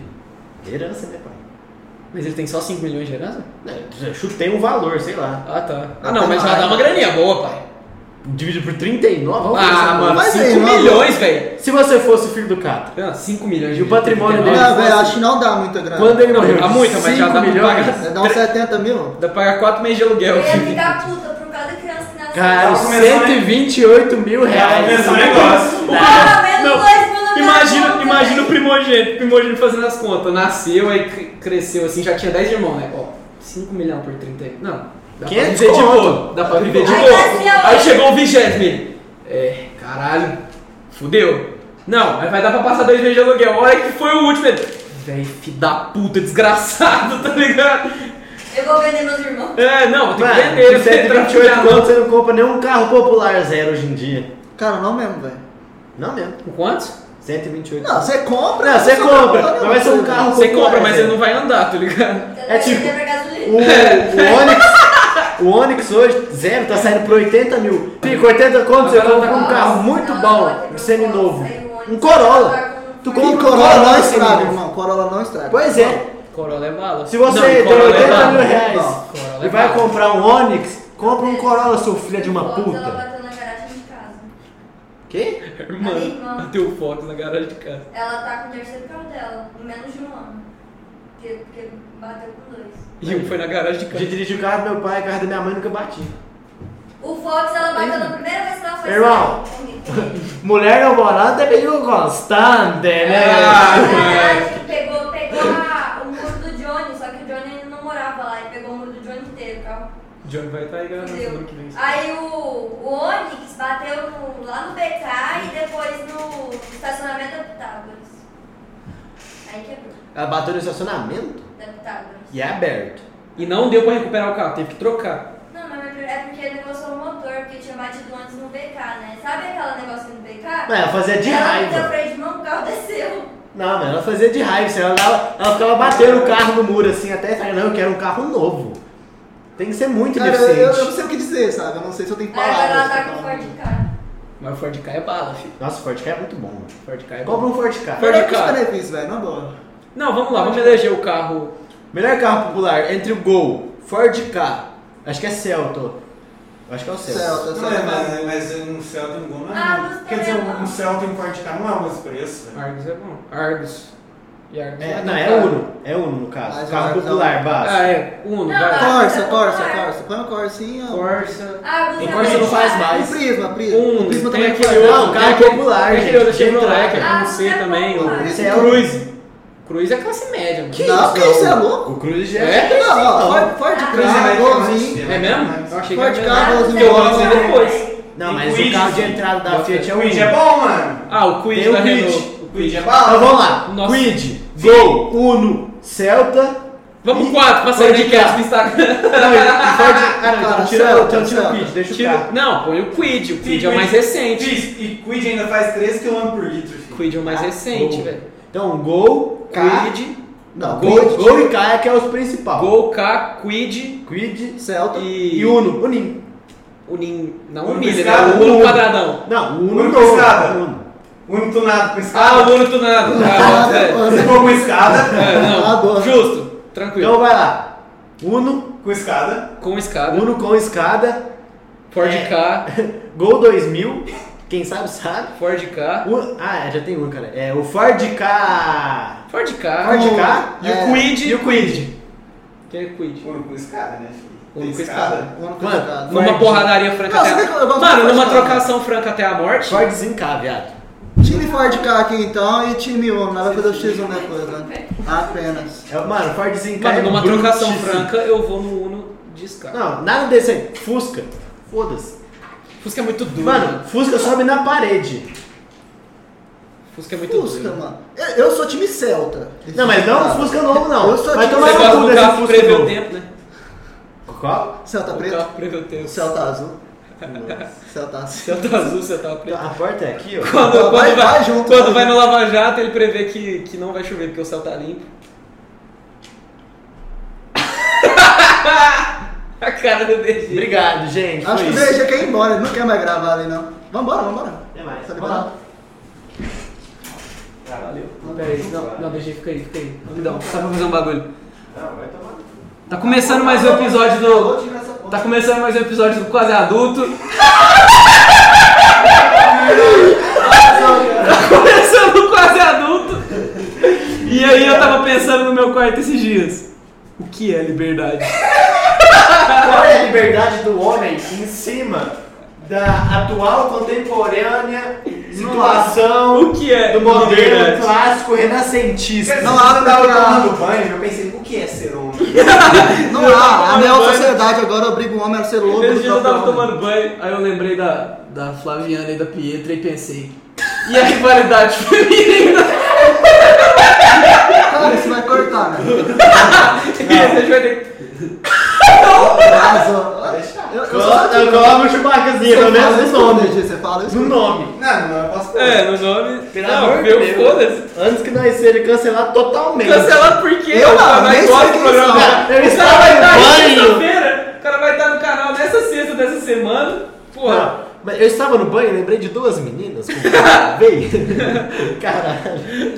B: Herança, né, pai?
A: Mas ele tem só 5 milhões de herança?
B: Não, eu Chutei um valor, sei lá.
A: Ah, tá. Ah,
D: Ah,
A: não,
D: tá
A: mas já
D: lá.
A: dá uma graninha boa, pai.
B: Dividido por 39? Vamos pensar,
A: Ah, mano,
D: Mas aí,
A: 5
D: não,
A: milhões, velho.
B: Se você fosse filho do Catra,
A: Não, 5 milhões.
B: E
A: de
B: o patrimônio
A: de-
B: dele? Ah,
D: Não, velho, acho que não dá muita grana.
B: quando ele morreu,
A: Dá muito, mas já
B: cinco
A: dá pra
B: milhões.
A: pagar.
D: Dá É uns 70 mil?
A: Dá pra pagar 4 meses de aluguel.
F: Eu ia ficar puta por cada criança que nasceu.
B: Cara,
E: Dá pra começar,
B: 128 mil
E: Tá
B: reais.
E: começando o negócio.
F: Pelo menos
A: Não,
F: dois mil na minha
A: Imagina,
F: conta,
A: imagina o
F: velho.
A: primogênito, o primogênito fazendo as contas. Nasceu, aí cre- cresceu assim, já tinha 10 irmãos, né? Ó, 5 milhões por 30. e- Não. Dá pra
B: 500
A: viver de
B: conto.
A: boa. Dá pra viver de
F: Aí
A: boa.
F: nasceu
A: Aí
F: ele.
A: chegou o vigésimo. ele, É, caralho. Fudeu. Não, mas vai dar pra passar dois meses de aluguel. A hora que foi o último. Ele, Véi, filho da puta, desgraçado, tá ligado?
F: Eu vou vender meus irmãos.
A: É, não, tem que
B: Mano,
A: vender.
B: com
A: eu tenho que trabalhar,
B: 128
A: não.
B: conto você não compra nenhum carro popular zero hoje em dia.
D: Cara, não mesmo, velho.
B: Não mesmo.
A: Com Quantos?
B: 128.
D: Não, você compra.
B: Não, você
D: só
B: compra,
D: não
B: mas vai ser um carro
A: Você compra,
B: popular,
A: mas
B: zero.
A: ele não vai andar, tá ligado?
F: Então,
B: É
F: vai
B: tipo-
F: vender pra gasolina.
B: O, o Onix. O Onix hoje, zero, tá saindo por 80
E: tá
B: mil. Fica 80 conto, você compra um carro muito bom, semi-novo. Um Corolla. é
D: Tu compra um Corolla, não estraga, irmão. Corolla não estraga.
B: Pois é.
A: Corolla é bala.
B: Se você
A: Não,
B: tem
A: Corolla é
B: 80
A: bala.
B: mil reais
D: Não,
A: Corolla é
B: e vai
A: bala.
B: comprar um Onix, compra um Corolla, seu filho de uma
F: Fotos, Ela
B: puta.
F: bateu na garagem de casa.
B: Que?
F: A minha irmã.
A: Irmã, bateu foto na garagem de casa.
F: Ela tá com o terceiro carro dela, em menos de um ano. Porque, porque bateu com dois.
A: E um foi na garagem de
B: Já
A: casa.
B: dirigi o carro do meu pai, o carro da minha mãe nunca bati.
F: O Fox, ela bateu na primeira vez que ela foi
B: Irmão.
F: sair com ele.
B: Mulher namorada é meio constante, né?
A: Ah,
F: Na
A: cara.
F: verdade, pegou, pegou a- o muro do Johnny, só que o Johnny ainda não morava lá. Ele pegou o muro do Johnny inteiro, o carro
A: Johnny vai estar aí gravando
F: fudeu.
A: semana que vem. tá
F: Aí o, o Onix bateu no- lá no BK e depois no estacionamento da Pitágoras. Aí quebrou,
B: Ela bateu no estacionamento
F: da Pitágoras.
B: e é aberto.
A: E não deu pra recuperar o carro, teve que trocar.
F: Não, mas é por- é porque negociou o motor, porque tinha batido antes no BK, né? Sabe aquele negócio no BK?
B: Mas ela fazia É, de
F: ela meteu o
B: raiva.
F: freio de mão, o carro desceu.
B: Não, mas ela fazia de raiva. assim, Ela, ela, ela ficava batendo o carro no muro assim, até falar, não, eu quero um carro novo. Tem que ser muito
D: Cara, eu, eu não
B: deficiente.
D: sei o que dizer, sabe? Eu não sei se eu tenho
F: Aí agora ela
D: palavras.
F: tá
D: pra
F: com o
D: falar.
F: Ford K.
A: Mas o Ford Ka é bala, filho.
B: Nossa, o Ford K é muito bom. mano.
A: Ford Ka é bala.
B: Compra um Ford K.
A: Ford-
D: Olha os
A: Cara.
D: benefícios, velho, na boa.
A: Não, vamos lá, vamos eleger o carro.
B: Melhor carro popular entre o Gol, Ford K, acho que é Celta. Acho que é o Celta.
D: Celta,
E: Não,
D: Celta.
E: mas, mas um Celta e um Gol não é.
F: Ah,
E: muito-
F: mas
E: Quer dizer,
F: também
E: um,
F: não.
E: um Celta e um Forte K não é o mesmo preço. velho.
A: Argos é bom. Argos. E Argos
B: É,
A: bom,
B: não, é
A: cara.
B: Uno. É Uno, no caso.
D: Mas
B: carro
D: vai,
B: popular,
A: Ah,
B: básico.
A: é. Uno,
F: Não,
A: vai.
F: vai.
D: Corsa,
F: tá
D: Corsa,
F: bom.
D: Corsa. Põe uma Corsinha.
A: Corsa.
F: Ah,
B: Tem Corsa não faz mais. Um
D: O Prisma, Prisma.
A: Uno.
D: o Prisma
A: tem
D: também
A: aquele
D: faz.
A: outro.
B: Não,
A: tem
B: carro
A: aquele-
B: popular,
A: Tem
B: gente.
A: aquele outro Chevrolet, que é
F: Ah,
A: com C
F: tá
A: também.
F: bom.
A: O
B: Esse é o
A: Cruze. Cruze é classe média, mano.
D: Que isso, que isso é louco?
B: O Cruze já
A: É?
B: é.
D: Não, ó, Ford- Ford
F: Ah,
E: Cruze
D: Crown,
E: mais
D: Golzinho.
E: mais-
A: É mesmo? Eu
E: mais-
A: achei
D: Ford
A: é que
D: Ka,
A: era mesmo.
D: Golzinho,
A: Eu vou dizer
D: Golzinho.
A: depois.
B: Não,
E: E
B: mas
E: Quid.
B: o carro de entrada da
A: Bota-
B: Fiat é
E: O
B: o
E: Quid
B: Uno.
E: é bom, mano.
A: Ah, o Quid
B: Tem o
A: da
B: Quid.
A: Renault.
E: O Quid é
B: Então
E: bala.
B: vamos lá.
A: Nossa.
B: Quid, Gol, Uno, Celta.
A: Vamos quatro, pra sair
B: Ford
A: de
B: Ka.
A: casa do Instagram.
B: Não, e- e Ford. Ah, não,
D: Cara,
B: então tira,
D: Celta,
B: então tira o
D: Celta.
B: Quid, deixa o
A: Tira-
B: carro.
A: Não, põe o Quid. O Quid é o
E: Quid.
A: mais recente.
E: Quid- E Quid ainda faz 3 km por litro, filho.
A: O Quid é o mais recente,
B: Gol.
A: velho.
B: Então, Gol, K.
A: Quid,
D: Não,
B: Gol,
D: Gold,
B: Gol e K é que é os principais.
A: Gol, K, Quid
B: Quid
D: Celta.
A: e...
B: e Uno. Uninho.
A: O Nin... Não o
E: Uno
A: Miller, né? O
E: piscado.
A: Uno quadradão.
B: Não,
E: Uno
B: Uno
E: com escada.
B: novo. Uno.
E: Um tunado com escada.
A: Ah, o Uno tunado. Ah, é.
E: Se for com escada,
A: É,
D: Ah,
A: não,
D: boa.
A: justo. Tranquilo.
B: Então vai lá. Uno,
E: com escada.
A: Com escada.
B: Uno com escada,
A: Ford
B: É.
A: K.
B: Gol 2000, quem sabe sabe.
A: Ford K.
B: Uno- ah, é, já tem um, cara. É o Ford K.
A: Ford K.
B: Ford K
A: E o
D: É.
A: Quid.
B: e o Quid.
A: Que é Quid.
E: Uno com escada, né, filho?
A: Uno
E: Tem
A: com escada.
D: Uno com
B: Mano,
D: escada.
A: Numa
B: Ford.
A: porradaria franca
D: Não,
A: até
D: você tem que
A: a...
D: levar o
A: Mano,
D: Ford
A: numa
D: Ka.
A: trocação franca até a morte.
B: Fordzinho K, viado.
D: Time Ford K aqui então e time Uno. Nós vamos fazer o X1 depois, né? Apenas.
B: É, mano, Fordzinho K.
A: Mano,
B: é
A: numa trocação
B: brutíssimo.
A: franca, eu vou no Uno de escada.
B: Não, nada desse aí. Fusca. Foda-se.
A: Fusca é muito duro.
B: Mano, Fusca sobe na parede.
A: Fusca é muito
D: Fusca,
A: duro.
D: mano. Eu, eu sou time Celta.
B: Não, mas não Fusca novo, não.
D: Eu sou
B: Vai
D: de-
B: tomar
A: Você
B: no
A: gosta
B: cu
A: do
B: desse
A: carro que
B: Fusca
A: prevê o
B: novo.
A: tempo, né?
B: Qual?
D: Celta
A: O
D: preto,
A: carro prevê o tempo.
D: Celta azul,
B: Nossa.
D: Celta azul.
A: Céu tá azul, céu tá preto.
B: Então, A porta é aqui, ó.
A: Quando, quando Tá, vai,
D: Vai- vai junto,
A: quando vai
D: vai junto.
A: no Lava Jato, ele prevê que, que não vai chover porque o céu tá limpo. A cara do DG.
B: Obrigado, gente.
D: Acho
B: foi
D: que o
B: isso.
D: DG quer ir embora, ele não quer mais gravar ali não. Vambora, vambora.
B: Até mais.
D: Tá
B: Vamos lá.
D: liberado?
E: Ah, valeu.
A: Peraí, não, não, DG, fica aí, fica aí. Rapidão, só pra fazer um bagulho.
E: Não, vai tomar. no cu.
A: Tá começando mais um episódio do. Tá começando mais um episódio do Quase Adulto. tá começando o Quase Adulto. E aí eu tava pensando no meu quarto esses dias. O que é liberdade?
B: Qual é a liberdade do homem em cima da atual contemporânea situação
A: O que é
B: do modelo
A: liberdade?
B: clássico renascentista?
E: Não,
D: há
E: eu tava
D: pra-
E: tomando banho, eu pensei, o que é ser homem?
D: Não
A: Eu
D: há,
A: tava
D: a neo
A: tomando
D: sociedade agora obriga o homem a ser louco
A: Esses
D: do
A: dias eu tava
D: próprio homem.
A: tomando banho, aí eu lembrei da, da Flaviana e da Pietra e pensei. E a rivalidade feminina?
D: Cara, isso vai cortar, né?
A: E essa joelha-
D: Arrasou. Eu- eu sou só time-
B: Coloca o chupacazinho,
D: Você
B: pelo menos
D: fala
B: no
D: isso,
B: nome.
D: DG, Você fala isso?
B: No nome.
E: Não, não, eu posso
A: É, no nome.
B: Pelo
A: não,
B: amor de
A: meu
B: Deus.
A: foda-se.
B: Antes que nós seja cancelado totalmente.
A: Cancelado por quê?
D: Eu não,
A: Vai
D: nem
A: embora
D: sei
A: do
D: quem é
A: programa.
D: são.
A: Cara,
B: Eu
A: o
B: estava
A: cara vai
B: em
A: estar aí
B: banho.
A: sexta-feira. O cara vai estar no canal nessa sexta dessa semana. Porra.
B: Não, Mas eu estava no banho e lembrei de duas meninas. com Vem! Caralho.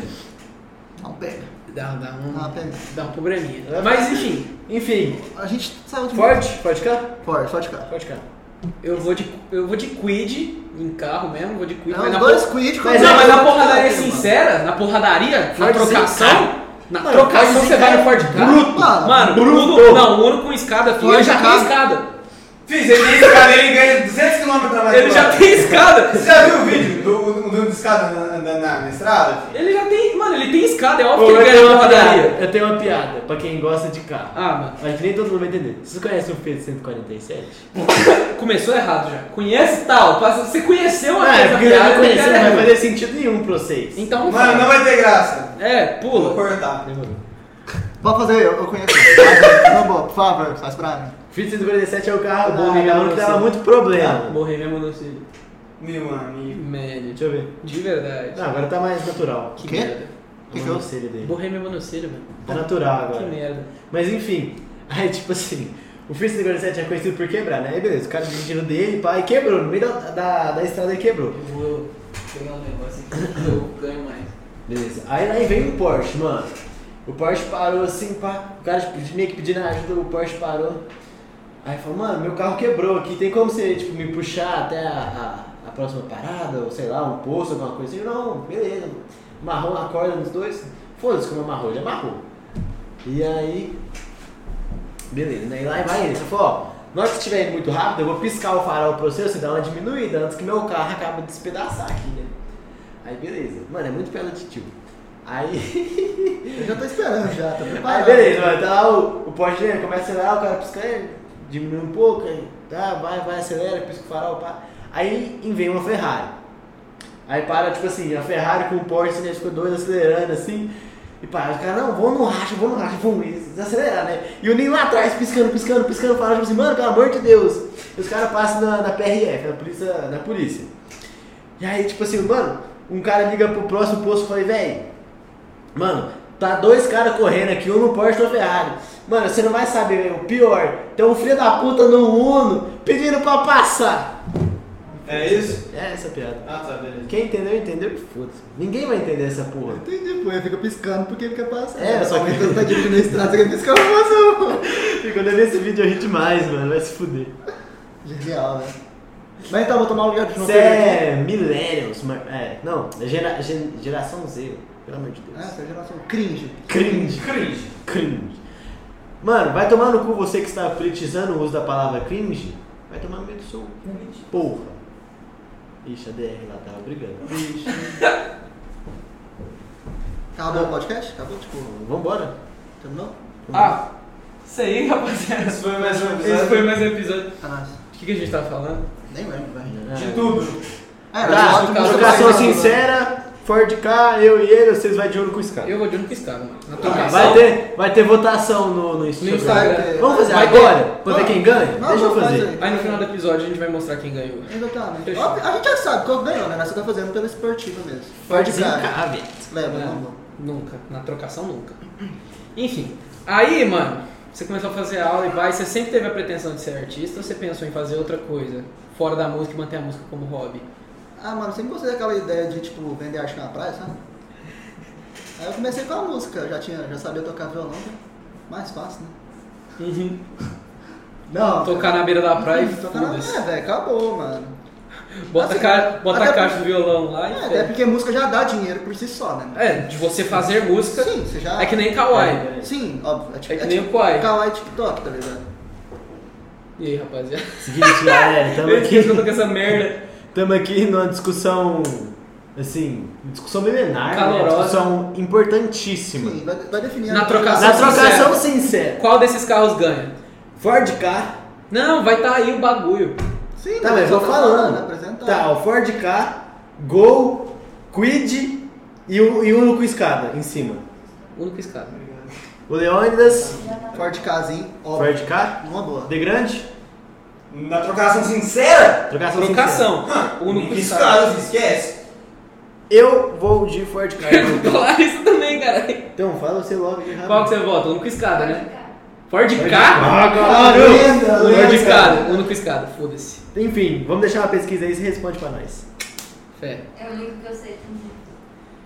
D: Não pega.
A: Dá, dá um,
D: Dá uma pena.
A: dá um probleminha. Mas enfim, enfim.
D: A gente saiu de
A: Forte? Forte cá?
D: Forte, forte, cara.
A: Forte cá. Eu vou de, eu vou de quid, em carro mesmo, vou de quid.
D: Não,
A: mas
D: os
A: na
D: É dois
A: por-
D: quid,
A: Mas, não, mas na porradaria sincera, na porradaria, na
B: Fortezinho,
A: trocação, na
B: Mano,
A: trocação
B: Fortezinho,
A: você vai no Ford K.
D: é Bruto.
A: Mano,
B: Bruto.
A: Uno, não, Uno com escada, filho,
D: Ford
A: ele já
D: Ka.
A: tem escada.
E: Fiz, ele tem escada, ele ganha 200 km na
A: Ele já tem escada.
E: Você já viu o vídeo do do- do escada andando na, na estrada? filho?
A: Ele já tem, mano, ele tem escada, é óbvio
B: Ô,
A: que ele
B: eu,
A: ganha
B: tenho
A: na
B: uma piada,
A: porradaria.
B: eu tenho uma piada pra quem gosta de carro.
A: Ah, mano,
B: Acho que nem todo mundo vai entender. Vocês conhecem o Fiat 147?
A: começou errado já. Conhece tal, passa- você conheceu a
B: Ah, é
A: coisa,
B: porque eu
A: piada,
B: já conheci,
A: piada
B: não vai
A: errada.
B: fazer sentido nenhum pra vocês. Tá,
A: Então não
E: Mano, não
A: fala.
E: vai ter graça.
A: É,
E: Vou
A: pula.
E: cortar.
B: Demorou.
D: Vou fazer, eu, eu conheço. Não, boa, por favor, faz pra mim.
B: Fiat 147 é o carro
A: Bom,
B: da
A: me
B: minha
A: lembro
B: que
A: assim.
B: dava muito problema.
A: Morrer mesmo no cílio.
E: Meu amigo.
A: Médio,
B: Deixa eu ver.
A: de verdade.
B: Não, agora tá mais natural.
A: que
D: quê?
A: merda.
D: Que que
B: Uma
D: eu-
B: cera dele.
A: Borrei meu monocelho, mano.
B: Tá natural
A: Que
B: agora.
A: merda.
B: Mas enfim, aí tipo assim, o Fiat 147 é conhecido por quebrar, né? Aí beleza, o cara dirigindo dele, pá, e quebrou, no meio da, da, da estrada ele quebrou.
A: Eu vou pegar um negócio aqui que eu ganho mais.
B: Beleza. Aí lá vem o Porsche, mano. O Porsche parou assim, pá. O cara tipo, meio que pedindo ajuda, o Porsche parou. Aí falou, mano, meu carro quebrou aqui, tem como você tipo, me puxar até a, a, a próxima parada, ou sei lá, um posto, alguma coisa assim? Eu, Não, beleza. Amarrou na corda nos dois. Foda-se como amarrou, ele amarrou. E aí. Beleza, né? E lá vai ele. Você falou, ó, na hora que estiver indo muito rápido, eu vou piscar o farol pra você, você dá uma diminuída antes que meu carro acabe de despedaçar aqui, né? Aí beleza. Mano, é muito piada de tio. Aí.
D: Eu já tô esperando já, tô
B: Aí
D: preparado.
B: beleza, mano. Tá lá o, o Porsche né, começa a acelerar, o cara pisca ele, diminui um pouco, aí tá, vai, vai, acelera, pisca o farol, pá. Aí vem uma Ferrari. Aí para, tipo assim, a Ferrari com o Porsche, né, ficou dois acelerando assim. E para, os caras, não, vão no racha, vão no racha, vão e desacelerar, né? E o Ninho lá atrás, piscando, piscando, piscando, falando tipo assim, mano, pelo amor de Deus. E os caras passam na, na PRF, na polícia, na polícia. E aí, tipo assim, mano, um cara liga pro próximo posto e fala, velho, Mano, tá dois caras correndo aqui, um no Porsche e outro na Ferrari. Mano, você não vai saber, velho. O pior, tem um filho da puta no Uno pedindo pra passar.
E: É isso?
B: É essa a piada.
E: Ah, tá, beleza.
B: Quem entendeu, entendeu e foda-se. Ninguém vai entender essa porra.
D: Entendi, pô, ele fica piscando porque ele quer passar.
B: É, só que-
D: você tá dirigindo a estrada, você quer piscar, eu vou passar.
B: E quando eu vi esse vídeo eu ri demais, mano. Vai se fuder.
D: Genial, né? Mas então, vou tomar o lugar de novo.
B: Você é millennials, mas... É, não. é gera- gen- geração Z, pelo amor de Deus.
D: Ah, essa geração cringe.
B: Cringe.
E: Cringe.
B: Cringe. Mano, vai tomar no cu você que está politizando o uso da palavra cringe? Vai tomar no meio do seu cu, porra. Ixi, a DR lá tava brigando.
D: Acabou o podcast? Acabou, tipo,
B: Vambora.
D: terminou?
A: Ah, isso aí, rapaziada.
E: Esse foi mais um episódio
A: Esse foi mais um episódio.
D: Ah, nossa.
A: O que, que a gente tava falando?
D: Nem lembro, velho.
E: de tudo.
D: Ah,
A: Tá,
D: ótimo,
A: tá,
D: mas eu
B: Trocação
D: não sei.
B: sincera, Ford K, eu e ele, vocês vai de olho com o Scar.
A: Eu vou de um que estava, mano. Na
B: Ah,
A: trocação.
B: Vai ter, vai ter votação no, no Instagram.
A: Instagram.
B: Vamos fazer
A: Vai ter.
B: agora? Pra ver quem ganha?
D: né? Não,
B: Deixa eu
D: não, faz
B: fazer.
D: aí.
A: Aí no final do episódio a gente vai mostrar quem ganhou.
D: Exatamente.
A: Fechou.
D: Ó, A gente já sabe qual ganhou, né? Nós só tá fazendo pela esportiva mesmo.
B: Ford
D: Cara, É.
B: K, velho.
D: Lembra,
A: Não,
D: não vou.
A: Né? Nunca. Na trocação, nunca. Enfim. Aí, mano, você começou a fazer aula e vai. Você sempre teve a pretensão de ser artista ou você pensou em fazer outra coisa? Fora da música e manter a música como hobby?
D: Ah, mano, sempre gostei daquela ideia de, tipo, vender arte na praia, sabe? Aí eu comecei com a música, eu já, tinha, já sabia tocar violão, né? mais fácil, né? Não,
A: Tocar na beira da praia e
D: Hum, Uhum. tocar na
A: foda-se.
D: É, velho, acabou, mano.
A: Bota, a
D: Assim,
A: cara, bota a
D: até-
A: caixa do violão lá
D: É,
A: e
D: até
A: foda.
D: porque música já dá dinheiro por si só, né?
A: É, de você fazer música.
D: Sim, você já...
A: É que nem Kawaii.
D: Sim, óbvio. tipo-
A: É que
D: é
A: nem
D: tipo
A: o Kawaii.
D: Kawaii TikTok, tá ligado?
A: E aí, rapaziada?
B: Seguinte, galera, tamo
A: Eu esqueci que eu tô
B: aqui,
A: com essa merda.
B: tamo aqui numa discussão, assim, discussão milenar, né?
A: Calorosa.
B: discussão importantíssima.
D: Sim, vai, vai definir...
A: Na
D: a-
A: trocação.
B: Na trocação sincera,
A: Qual desses carros ganha?
B: Ford K
A: Não, vai tá aí o bagulho.
D: Sim,
B: Tá,
D: né?
B: mas eu
D: Só
B: tô
D: tá
B: falando.
D: apresentando.
B: Tá, o Ford K, Gol, Quid e o, e o Uno com escada em cima.
A: Único escada.
B: O Leônidas,
D: Forte casinho, óbvio.
B: Ford K,
D: Uma boa.
B: De Grande,
E: Na trocação sincera?
B: trocação sincera.
A: Trocação. Único escada.
E: Escada, esquece.
B: Eu vou de Ford K.
A: Claro, isso também, cara.
B: então, fala você logo aí,
A: Qual que
B: rápido.
A: você vota? Único escada, né?
F: Cara,
A: Ford K?
B: Ah,
E: Lenda,
A: Ford
E: lenda,
A: K,
E: cara.
A: único escada, foda-se.
B: Enfim, vamos deixar uma pesquisa aí e você responde pra nós.
A: Fé.
F: É o único que eu sei também.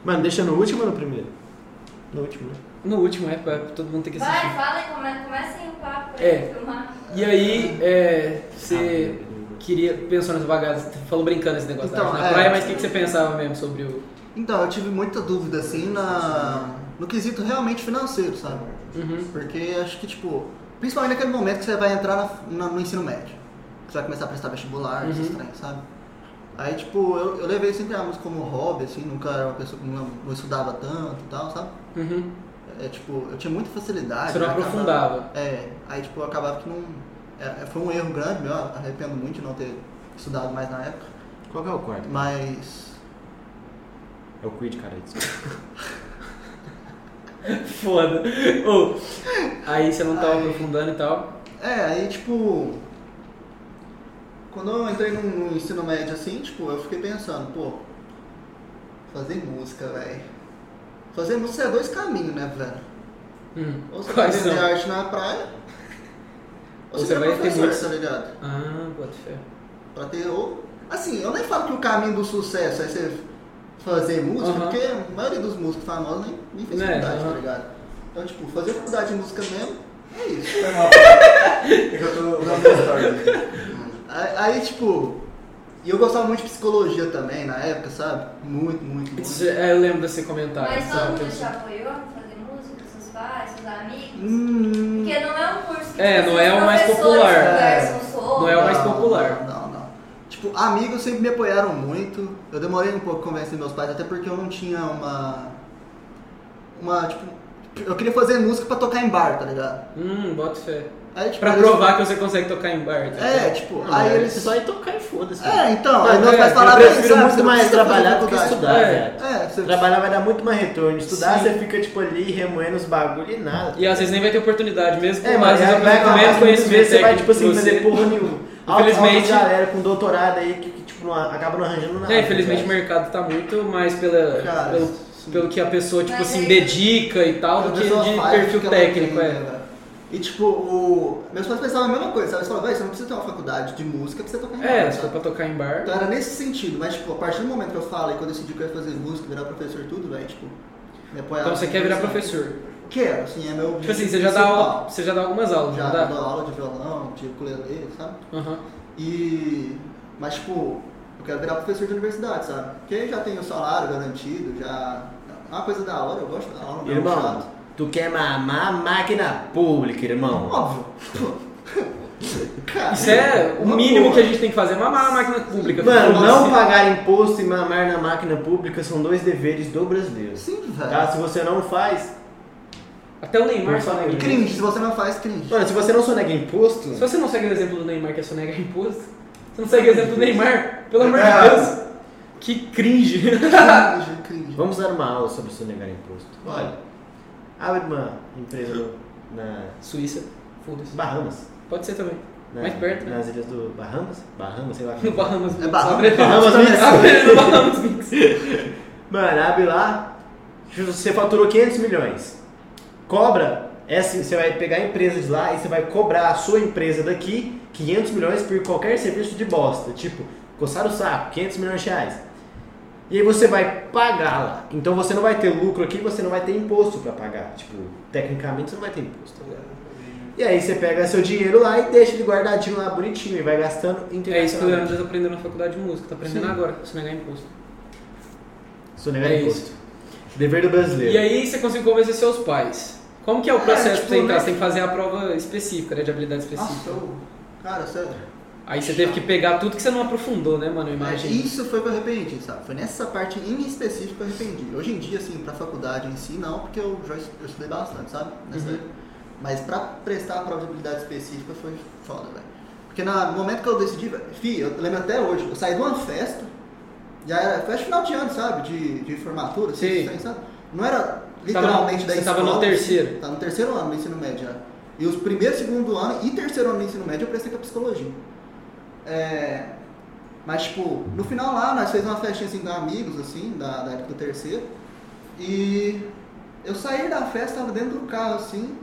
B: Mano, deixa no último ou no primeiro? No último, né?
A: No último é pra todo mundo ter que
F: Vai,
A: assistir.
F: fala e come, comecem o papo pra
A: É.
F: eu filmar.
A: E aí, é, você queria, pensou nas vagadas, você falou brincando esse negócio
D: Então,
A: da arte na
D: é.
A: praia, mas o que, que você pensava mesmo sobre o...
D: Então, eu tive muita dúvida, assim, na... no quesito realmente financeiro, sabe?
A: Uhum.
D: Porque acho que, tipo, principalmente naquele momento que você vai entrar na- na- no ensino médio. Que você vai começar a prestar vestibular, esses
A: Uhum.
D: trem, sabe? Aí, tipo, eu, eu levei sempre a música como hobby, assim, nunca era uma pessoa que não, não estudava tanto e tal, sabe?
A: Uhum.
D: É, tipo, eu tinha muita facilidade.
A: Você não
D: eu acabava-
A: aprofundava.
D: É, aí, tipo, eu acabava que não... é, foi um erro grande meu, eu arrependo muito de não ter estudado mais na época.
B: Qual que é o quarto?
D: Mas
B: É o Quid, cara. desculpa.
A: Foda. Ô, aí você não tava aprofundando e tal.
D: É, aí tipo. Quando eu entrei no, no ensino médio assim, tipo, eu fiquei pensando, pô, fazer música, velho. Fazer música é dois caminhos, né, velho?
A: Hum.
D: Ou você vai
A: Quais
D: vender
A: são?
D: arte na praia, ou você,
A: você
D: vai
A: vai ter
D: professor,
A: música.
D: tá ligado?
A: Ah, bota fé.
D: Pra ter. Ou, assim, eu nem falo que o caminho do sucesso é você fazer música,
A: Aham.
D: porque a maioria dos músicos famosos nem, nem fez
A: Né,
D: faculdade,
A: aham.
D: tá ligado? Então, tipo, fazer faculdade de música mesmo é isso.
E: Foi mal. É que eu tô usando a história.
D: Aí, aí, tipo, e eu gostava muito de psicologia também na época, sabe? Muito, muito, muito.
A: Isso, é, eu lembro desse comentário.
F: Mas todo
A: sabe?
F: mundo te apoiou a fazer música, seus pais, seus amigos?
D: Hum,
F: Porque não é um curso que
A: É,
F: tipo,
A: não é
F: os
A: o mais
F: professores
A: popular.
F: conversam sobre.
A: Não é o mais
D: não,
A: popular.
D: Não, não. Tipo, amigos sempre me apoiaram muito. Eu demorei um pouco convencer meus pais, até porque eu não tinha uma. Uma, tipo. Eu queria fazer música pra tocar em bar, tá ligado?
A: Hum, bota fé.
D: Aí, tipo,
A: Pra
D: eles-
A: provar que você consegue tocar em bar. tá?
D: É, tipo,
B: Não,
D: aí
B: mas
D: eles.
B: Ah, só ir tocar e foda-se.
D: É, então,
B: Mano,
D: aí meus
A: é,
D: pais
A: eu
B: Eu
D: falaram "Ei,
B: prefiro
D: sabe, você
B: muito
D: não
B: mais
D: precisa fazer
B: trabalhar do que
D: faculdade."
B: estudar,
A: É.
B: velho.
D: É, você
B: Trabalhar vai dar muito mais retorno. Estudar,
A: Sim.
B: você fica, tipo, ali remoendo os bagulho e nada.
A: E às vezes nem vai ter oportunidade, mesmo
B: É,
A: com
B: mas
A: mais
B: vai vai acabar que muitas vezes você vai, tipo assim, fazer porra nenhuma. Infelizmente.
A: Infelizmente-
B: galera com doutorado aí que, que, tipo, não, acaba não arranjando nada.
A: É, infelizmente
B: tá
A: o
B: ligado?
A: mercado tá muito mais pela,
D: Cara,
A: pelo,
D: sim.
A: pelo que a pessoa, tipo
F: Mas
A: assim,
F: aí-
A: dedica e tal, do
D: A
A: que
D: pessoa
A: de
D: faz
A: perfil
D: porque ela
A: técnico,
D: tem,
A: é.
D: né, velho? E tipo, o... meus pais pensavam a mesma coisa, sabe? Eles falavam, "Véi, você não precisa ter uma faculdade de música pra você tocar em
A: É,
D: banda",
A: se for
D: sabe?
A: pra tocar em bar.
D: Então era nesse sentido, mas tipo, a partir do momento que eu falei, quando eu decidi que eu ia fazer música, virar professor e tudo, velho, tipo, me apoiaram.
A: Então você quer virar professor.
D: Quero, assim, é meu
A: Tipo
D: objetivo
A: assim, você já dá,
D: principal.
A: aula- você já dá algumas aulas,
D: Já
A: não
D: dou
A: dá?
D: aula de violão, de ukulele, sabe?
A: Aham.
D: E... Mas tipo, eu quero virar professor de universidade, sabe? Porque aí já tenho o salário garantido, já... É uma coisa da hora, eu gosto da aula, não é
B: Irmão,
D: chato.
B: tu quer mamar a máquina pública, irmão.
D: Óbvio. Cara,
A: Isso é o
D: uma
A: mínimo
D: porra.
A: que a gente tem que fazer, é mamar a máquina pública.
B: Mano,
A: Foda-se.
B: não pagar imposto e mamar na máquina pública são dois deveres do brasileiro.
D: Sim,
B: Tá?
D: velho.
B: Se você não faz.
A: Até o Neymar
B: Por favor.
A: sonega imposto.
D: Cringe, se você não faz, cringe.
B: Mano, se você não sonega imposto.
A: Se você não segue o exemplo do Neymar, que é sonega imposto, você não segue o exemplo do Neymar, pelo amor de
E: É.
A: Deus. Que cringe.
D: Cringe, cringe.
B: Vamos dar uma aula sobre sonegar imposto.
D: Vai.
B: Olha, abre uma empresa no- na
A: Suíça, foda-se.
B: Bahamas.
A: Pode ser também.
B: na-
A: Mais perto, né?
B: Nas ilhas do Bahamas? Bahamas, sei lá.
A: No Bahamas Mix.
D: É Bahamas?
A: Abre-
B: Bahamas Mix.
A: Abre no Bahamas Mix.
B: Mano, abre lá. Você faturou 500 milhões. Cobra. Essa, você vai pegar a empresa de lá e você vai cobrar a sua empresa daqui 500 milhões por qualquer serviço de bosta. Tipo, coçar o saco, 500 milhões de reais. E aí você vai pagar lá. Então você não vai ter lucro aqui, você não vai ter imposto pra pagar. Tipo, tecnicamente você não vai ter imposto. tá ligado? E aí você pega seu dinheiro lá e deixa ele guardadinho lá bonitinho e vai
A: É
B: gastando
A: isso que o
B: internacionalmente.
A: Leandro aprendeu na faculdade de música, tá aprendendo
B: Sim.
A: agora, sonegar imposto.
B: Sonegar
A: É
B: imposto. Dever do brasileiro.
A: E aí você conseguiu convencer seus pais. Como que é o
D: É,
A: processo pra
D: tipo,
A: você entrar?
D: né?
A: Você tem que fazer a prova específica, né? De habilidade
D: Nossa,
A: específica.
D: eu... Cara, sério.
A: Aí você teve que pegar tudo que você não aprofundou, né, mano? Eu imagino.
D: É, Isso foi que eu arrependi, sabe? Foi nessa parte em específico que eu arrependi. Hoje em dia, assim, pra faculdade em si, não, porque eu já es- eu estudei bastante, sabe? Nessa
A: Uhum.
D: época. Mas pra prestar a prova de habilidade específica foi foda, velho. Porque na- no momento que eu decidi, velho, fi, eu lembro até hoje, eu saí de uma festa, já era festa de final de ano, sabe? De, de formatura, assim,
A: Sim.
D: isso aí, sabe? Não era
A: Você tava-
D: literalmente da
A: Você
D: escola.
A: tava no terceiro.
D: Tá no terceiro ano do ensino médio já. E os primeiros, segundo ano e terceiro ano do ensino médio eu prestei com a psicologia. É, mas, tipo, no final lá, nós fez uma festinha assim com amigos, assim, da, da época do terceiro. E eu saí da festa, tava dentro do carro, assim.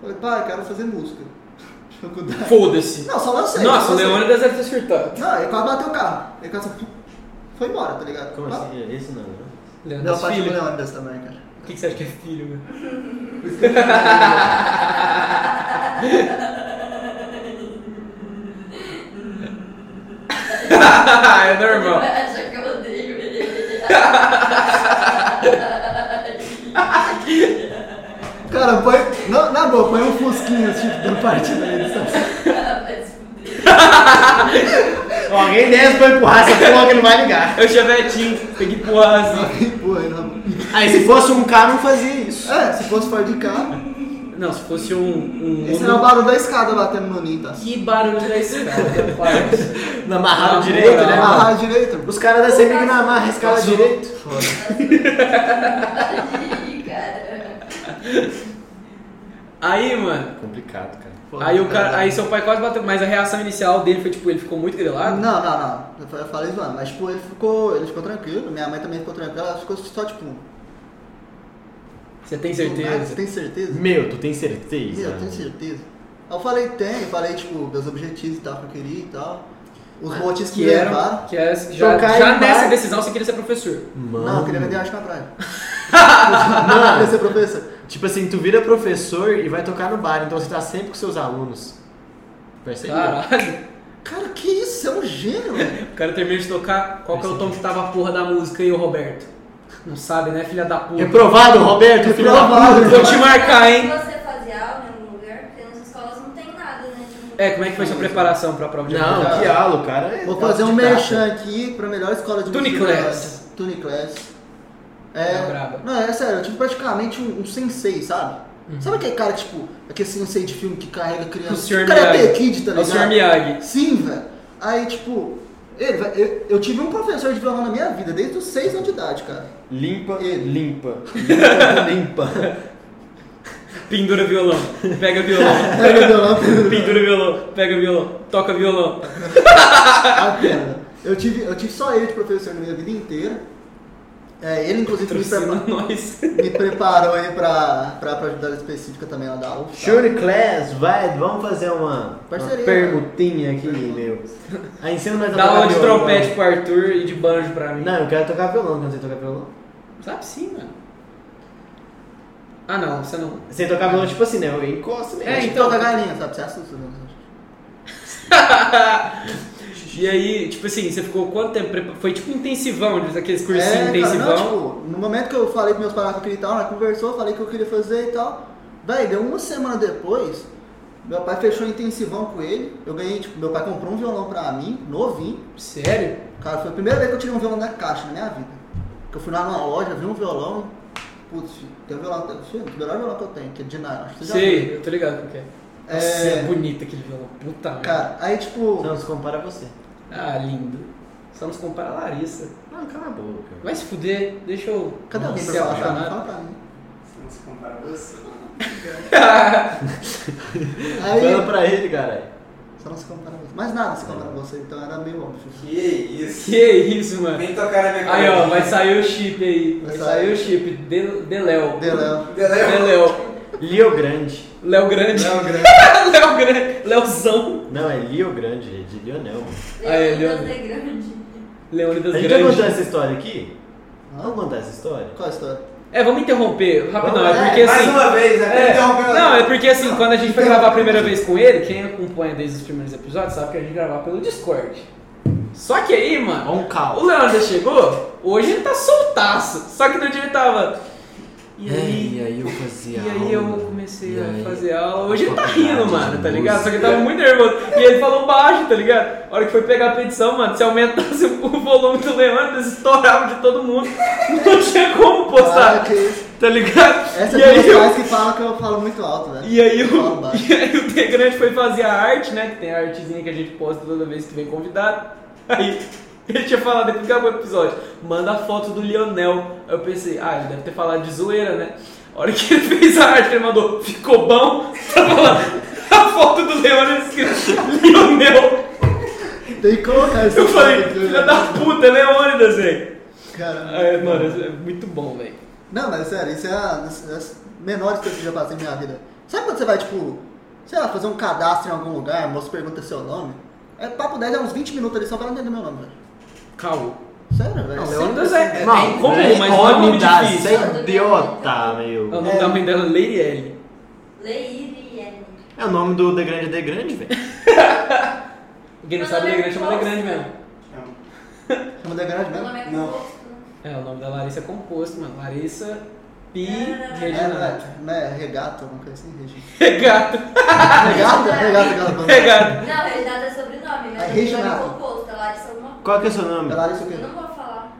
D: Falei, pai, eu quero fazer música. Faculdade.
A: Foda-se.
D: Não, só lancei.
A: Nossa,
D: só
A: o
D: lancei.
A: Leônidas deve ter surtado.
D: Não, ele quase bateu o carro. Ele quase foi embora, tá ligado?
B: Como
D: Mas-
B: assim? Esse não, né?
D: Meu
A: Leônidas
D: pai
A: filho.
D: filho. Leônidas também, cara.
A: O que, que você acha que é filho, meu? é normal.
F: Acha que eu odeio ele.
D: Cara, põe. Na, na boa, põe um fusquinho assim, dando partida nele, sabe?
F: Mas fudeu.
B: Ó, alguém desce pra empurrar essa porra que não vai ligar.
A: Eu chavetinho, tem que empurrar assim.
D: Empurra aí na mão.
B: Aí se fosse um carro, não fazia isso.
D: É, se fosse fora de carro.
A: Não, se fosse um. um
D: Esse era o barulho da escada batendo no ninho, tá?
A: Que barulho é da escada, parça.
B: Não amarraram
A: Não,
B: direito,
A: não.
B: né? mano?
D: Amarrar direito.
B: Os caras da CEMIG não amarram a escala
D: Nossa,
B: direito.
D: Foda.
F: Ih, cara.
A: Aí, mano.
B: É Complicado, cara.
D: Foda.
A: Aí o cara. Aí seu pai quase bateu. Mas a reação inicial dele foi tipo, ele ficou muito
D: Não,
A: grilado.
D: não, não. Eu fa- Eu falei zoando, mas tipo, ele ficou. Ele ficou tranquilo, minha mãe também ficou tranquila, ela ficou só tipo.
A: Você tem
D: "Ah, Você
A: certeza?
D: tem certeza?
B: Meu, tu tem certeza?
D: Meu, eu tenho certeza. Aí eu falei, tem, eu falei, tipo, meus objetivos e tal, que eu queria e tal. Os motivos que,
A: Que
D: me
A: era. um
D: levaram.
A: Que era já
B: Tocar
A: já
B: em
A: nessa
B: bar.
A: decisão você queria ser professor.
B: Mano.
D: Não, eu queria vender arte na praia. Não, eu queria ser professor.
B: Tipo assim, tu vira professor e vai tocar no bar, então você tá sempre com seus alunos. Percebeu?
A: Caralho.
D: Cara, que isso? Você é um gênio, velho.
A: O cara termina de tocar. Qual que é o tom que tava a porra da música aí, ô Roberto? Não sabe, né, filha da
B: É
A: puta?
B: Reprovado, Roberto, filho da
D: Reprovado.
B: puta.
A: Vou te marcar, hein?
F: Você fazia aula em algum lugar? Porque nas escolas não tem nada, né? de-
A: É, como é que foi sua preparação pra prova de música?
B: Não, que aula, o cara. é
D: Vou
B: cara
D: fazer
B: de
D: um
B: prata.
D: merchan aqui pra melhor escola de
A: Tuniclass.
D: música. Tuniclass.
A: É
D: É,
A: braba.
D: não, é sério, eu tive praticamente um, um sensei, sabe? Sabe aquele cara, tipo, aquele sensei de filme que carrega criança?
A: Uhum. O Sr.
D: Tipo Karate
A: Miyagi.
D: Kid, tá
A: É o
D: ligado?
A: Sr. Miyagi.
D: Sim, velho. Aí, tipo, ele, vai- eu, eu tive um professor de violão na minha vida, desde os 6 anos de idade, cara.
B: Limpa,
D: Ele.
B: limpa, limpa, limpa.
A: Pendura violão, pega violão,
D: Pega o violão,
A: pendura violão, pega violão, toca violão.
D: a perna. Eu tive, eu tive só ele de professor na minha vida inteira. É, ele, inclusive, me,
A: Patrocina
D: prepa-
A: nós.
D: me preparou aí pra, pra, pra ajudar específica também lá da UF.
B: Sure Class, vai, vamos fazer uma, uma
D: Parceria.
B: permutinha aqui, meu. Aí ensina nós a
A: Dá
B: tocar
A: aula de
B: violão.
A: trompete pro Arthur e de banjo pra mim.
B: Não, eu quero tocar violão, não sei tocar violão.
A: Sabe sim, mano. Ah não, você não.
B: Sei tocar violão tipo assim, né? Eu encosto
A: É,
B: nele.
D: Então, da galinha, sabe? Você assusta, né?
A: E aí, tipo assim, você ficou quanto tempo? prepa- Foi tipo intensivão, aqueles cursinhos
D: é, cara,
A: intensivão.
D: não, tipo, no momento que eu falei pros meus pais que eu queria e tal, nós conversou, falei que eu queria fazer e tal. Véi, deu uma semana depois, meu pai fechou um intensivão com ele. Eu ganhei, tipo, meu pai comprou um violão pra mim, novinho.
A: Sério?
D: Cara, foi a primeira vez que eu tirei um violão da caixa na minha vida. Que eu fui lá numa loja, vi um violão. Putz, filho, tem um violão. Filho, o melhor violão que eu tenho, que é de nylon. Acho que você já viu.
A: Sei, eu tô ligado com que é.
D: É.
A: Nossa, é bonito aquele violão. Puta merda.
D: Cara, aí tipo.
B: Não, se compara a você.
A: Ah, lindo. Só nos compara a Larissa.
B: Não, cala a boca.
A: Vai se fuder, deixa eu.
D: Cadê alguém pra
A: ser
D: falar pra mim?
A: apaixonado.
D: Fala pra mim.
E: Não se compara a você.
B: Fala
D: Aí.
B: pra ele, caralho.
D: Só não se compara a você. Mas nada se compara a você, então era meio óbvio.
E: Que isso?
A: Que isso, mano.
E: Nem tocar na minha
A: Aí ó, vai sair o chip aí. Vai
D: Vai
A: sair
D: sair.
A: o chip. De- Deléo.
D: De Léo.
E: Deleu.
A: Deléo.
B: Lio Grande.
A: Léo Grande.
D: Léo Grande.
A: Léo Grande. Léozão.
B: Não, é Lio Grande, é de Lionel.
A: Aí,
F: Leônidas
A: Leônidas.
F: é grande.
A: Leônidas
B: A gente vai contar
A: Grande.
B: essa história aqui? Vamos contar essa história?
D: Qual a história?
A: É, vamos interromper rapidão.
B: Vamos,
A: é
B: é,
A: porque
E: Mais
A: assim.
E: uma vez, né?
A: É,
E: Interrompeu.
A: não, é porque assim, quando a gente foi gravar a primeira vez com ele, quem acompanha desde os primeiros episódios sabe que a gente gravava pelo Discord. Só que aí, mano,
B: Vamos
A: O
B: calma.
A: Leandro chegou, hoje ele tá soltaço. Só que no dia ele tava. E aí?
B: aí eu fazia
A: E aí eu comecei
B: E
A: a
B: aí-
A: fazer aula. Hoje ele tá
B: faculdade
A: rindo,
B: de
A: mano, tá
B: música.
A: ligado? Só que ele tava muito nervoso. E ele falou baixo, tá ligado? A hora que foi pegar a petição, mano, se aumentasse o volume do Leandro, estourava de todo mundo. Não tinha como
D: Ah,
A: postar,
D: que isso.
A: tá ligado?
D: Essa
A: e
D: é
A: aí
D: uma
A: eu
D: das que falam que eu falo muito alto, velho.
A: e aí,
D: Eu falo
A: o,
D: baixo.
A: e aí o Degrande foi fazer a arte, né? Que tem a artezinha que a gente posta toda vez que vem convidado. Aí ele tinha falado depois que acabou o episódio, manda a foto do Lionel. Aí eu pensei, ah, ele deve ter falado de zoeira, né? A hora que ele fez a arte, ele mandou, ficou bom? Tava lá, a foto do Leonel escrito, Lionel.
D: Tem que colocar essa
A: Eu falei,
D: foto aqui,
A: filha né,
D: velho.
A: da puta, Leônidas, velho.
D: Cara,
A: Aí, Mano, é muito bom, velho.
D: Não, mas sério, isso é a- das das menores coisas que eu já passei na minha vida. Sabe quando você vai, tipo, sei lá, fazer um cadastro em algum lugar, a moça pergunta seu nome? É papo 10 é uns 20 minutos ali só pra ela entender meu nome, velho.
A: Calma.
D: Sério, velho.
A: Não,
D: sempre
A: Leônidas
D: assim.
A: é, é, é
B: né?
A: comum, mas não é muito difícil.
F: sem-
B: Você idiota, meu.
A: O nome da mãe dela é Lady L.
F: Leir e é.
B: É o nome do The Grande The Grande, velho.
A: Quem não sabe, Legrand chama Legrand mesmo.
D: Chama de grande
F: Meu
D: mesmo?
F: nome é
E: Não.
F: composto.
A: É, o nome da Larissa é composto, mano. Larissa Pi
D: É,
A: Reginato.
D: velho. Não é regata, alguma coisa assim, Regina.
A: Ah, Regata.
D: Regata? Regata, regata.
A: Regata.
F: Não, Reginaldo é sobrenome,
D: É
F: mas é nome
D: Reginaldo.
F: composto. Ela disse alguma
B: Qual que é o seu nome?
D: Ela disse o
F: coisa.
D: quê?
F: Eu não vou falar.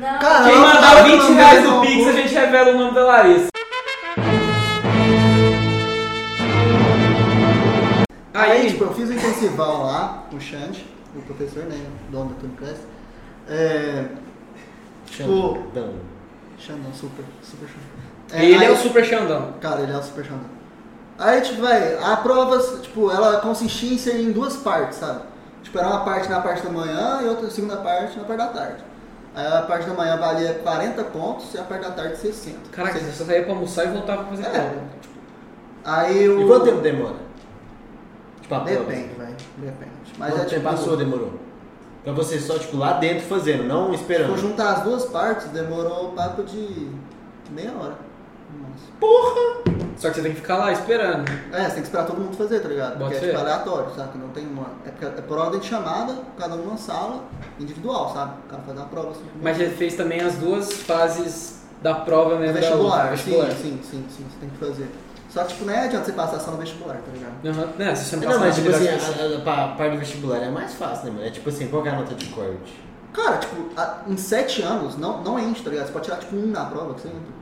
F: Não.
D: Caramba.
A: Quem mandar 20 reais no
D: Não,
A: Pix,
D: não.
A: a gente revela o nome da Larissa.
D: Aí,
A: Aí,
D: tipo, eu fiz um intensivão lá com o Xande, o professor, né? O dono da Tuniclass. É. Tipo.
B: Xandão.
D: Xandão, super, super Xandão.
A: ele é
D: aí-
A: o Super Xandão.
D: Cara, ele é o super Xandão. Aí, tipo, vai, a prova, tipo, ela consistia em ser em duas partes, sabe? Tipo, era uma parte na parte da manhã e outra segunda parte na parte da tarde. Aí a parte da manhã valia 40 pontos e a parte da tarde 60.
A: Caraca, você
D: Seis-
A: só saía pra almoçar e voltava pra fazer
D: É.
A: prova.
D: Aí o.
B: E quanto tempo demora? Tipo, a prova.
D: Depende, velho. Depende. Mas
B: Quanto
D: é tipo.
B: tempo passou, demorou? Pra você só, tipo, lá dentro fazendo,
A: É.
B: não
D: Se eu
B: esperando.
D: juntar as duas partes, demorou um papo de meia hora. Nossa.
A: Só que você tem que ficar lá esperando.
D: É, você tem que esperar todo mundo fazer, tá ligado?
A: Bota
D: Porque é
A: fé.
D: tipo aleatório, sabe? Que Não tem uma. É, porque é por ordem de chamada, cada um numa sala, individual, sabe? O cara faz uma prova assim.
A: Mas ele fez também as duas fases da prova
D: é
A: mesmo. da luta,
D: vestibular,
A: vestibular.
D: Sim, sim, sim, sim, você tem que fazer. Só que, tipo, não é adianta você passar só no vestibular, tá ligado?
A: Aham. Não, se você não,
B: Não, mas tipo assim,
A: a...
B: a, a, pa- parte do vestibular é mais fácil, né, mano? É tipo assim, qual que é a nota de corte?
D: Cara, tipo, a- em sete anos não, não enche, tá ligado? Você pode tirar, tipo, um na prova que você entra.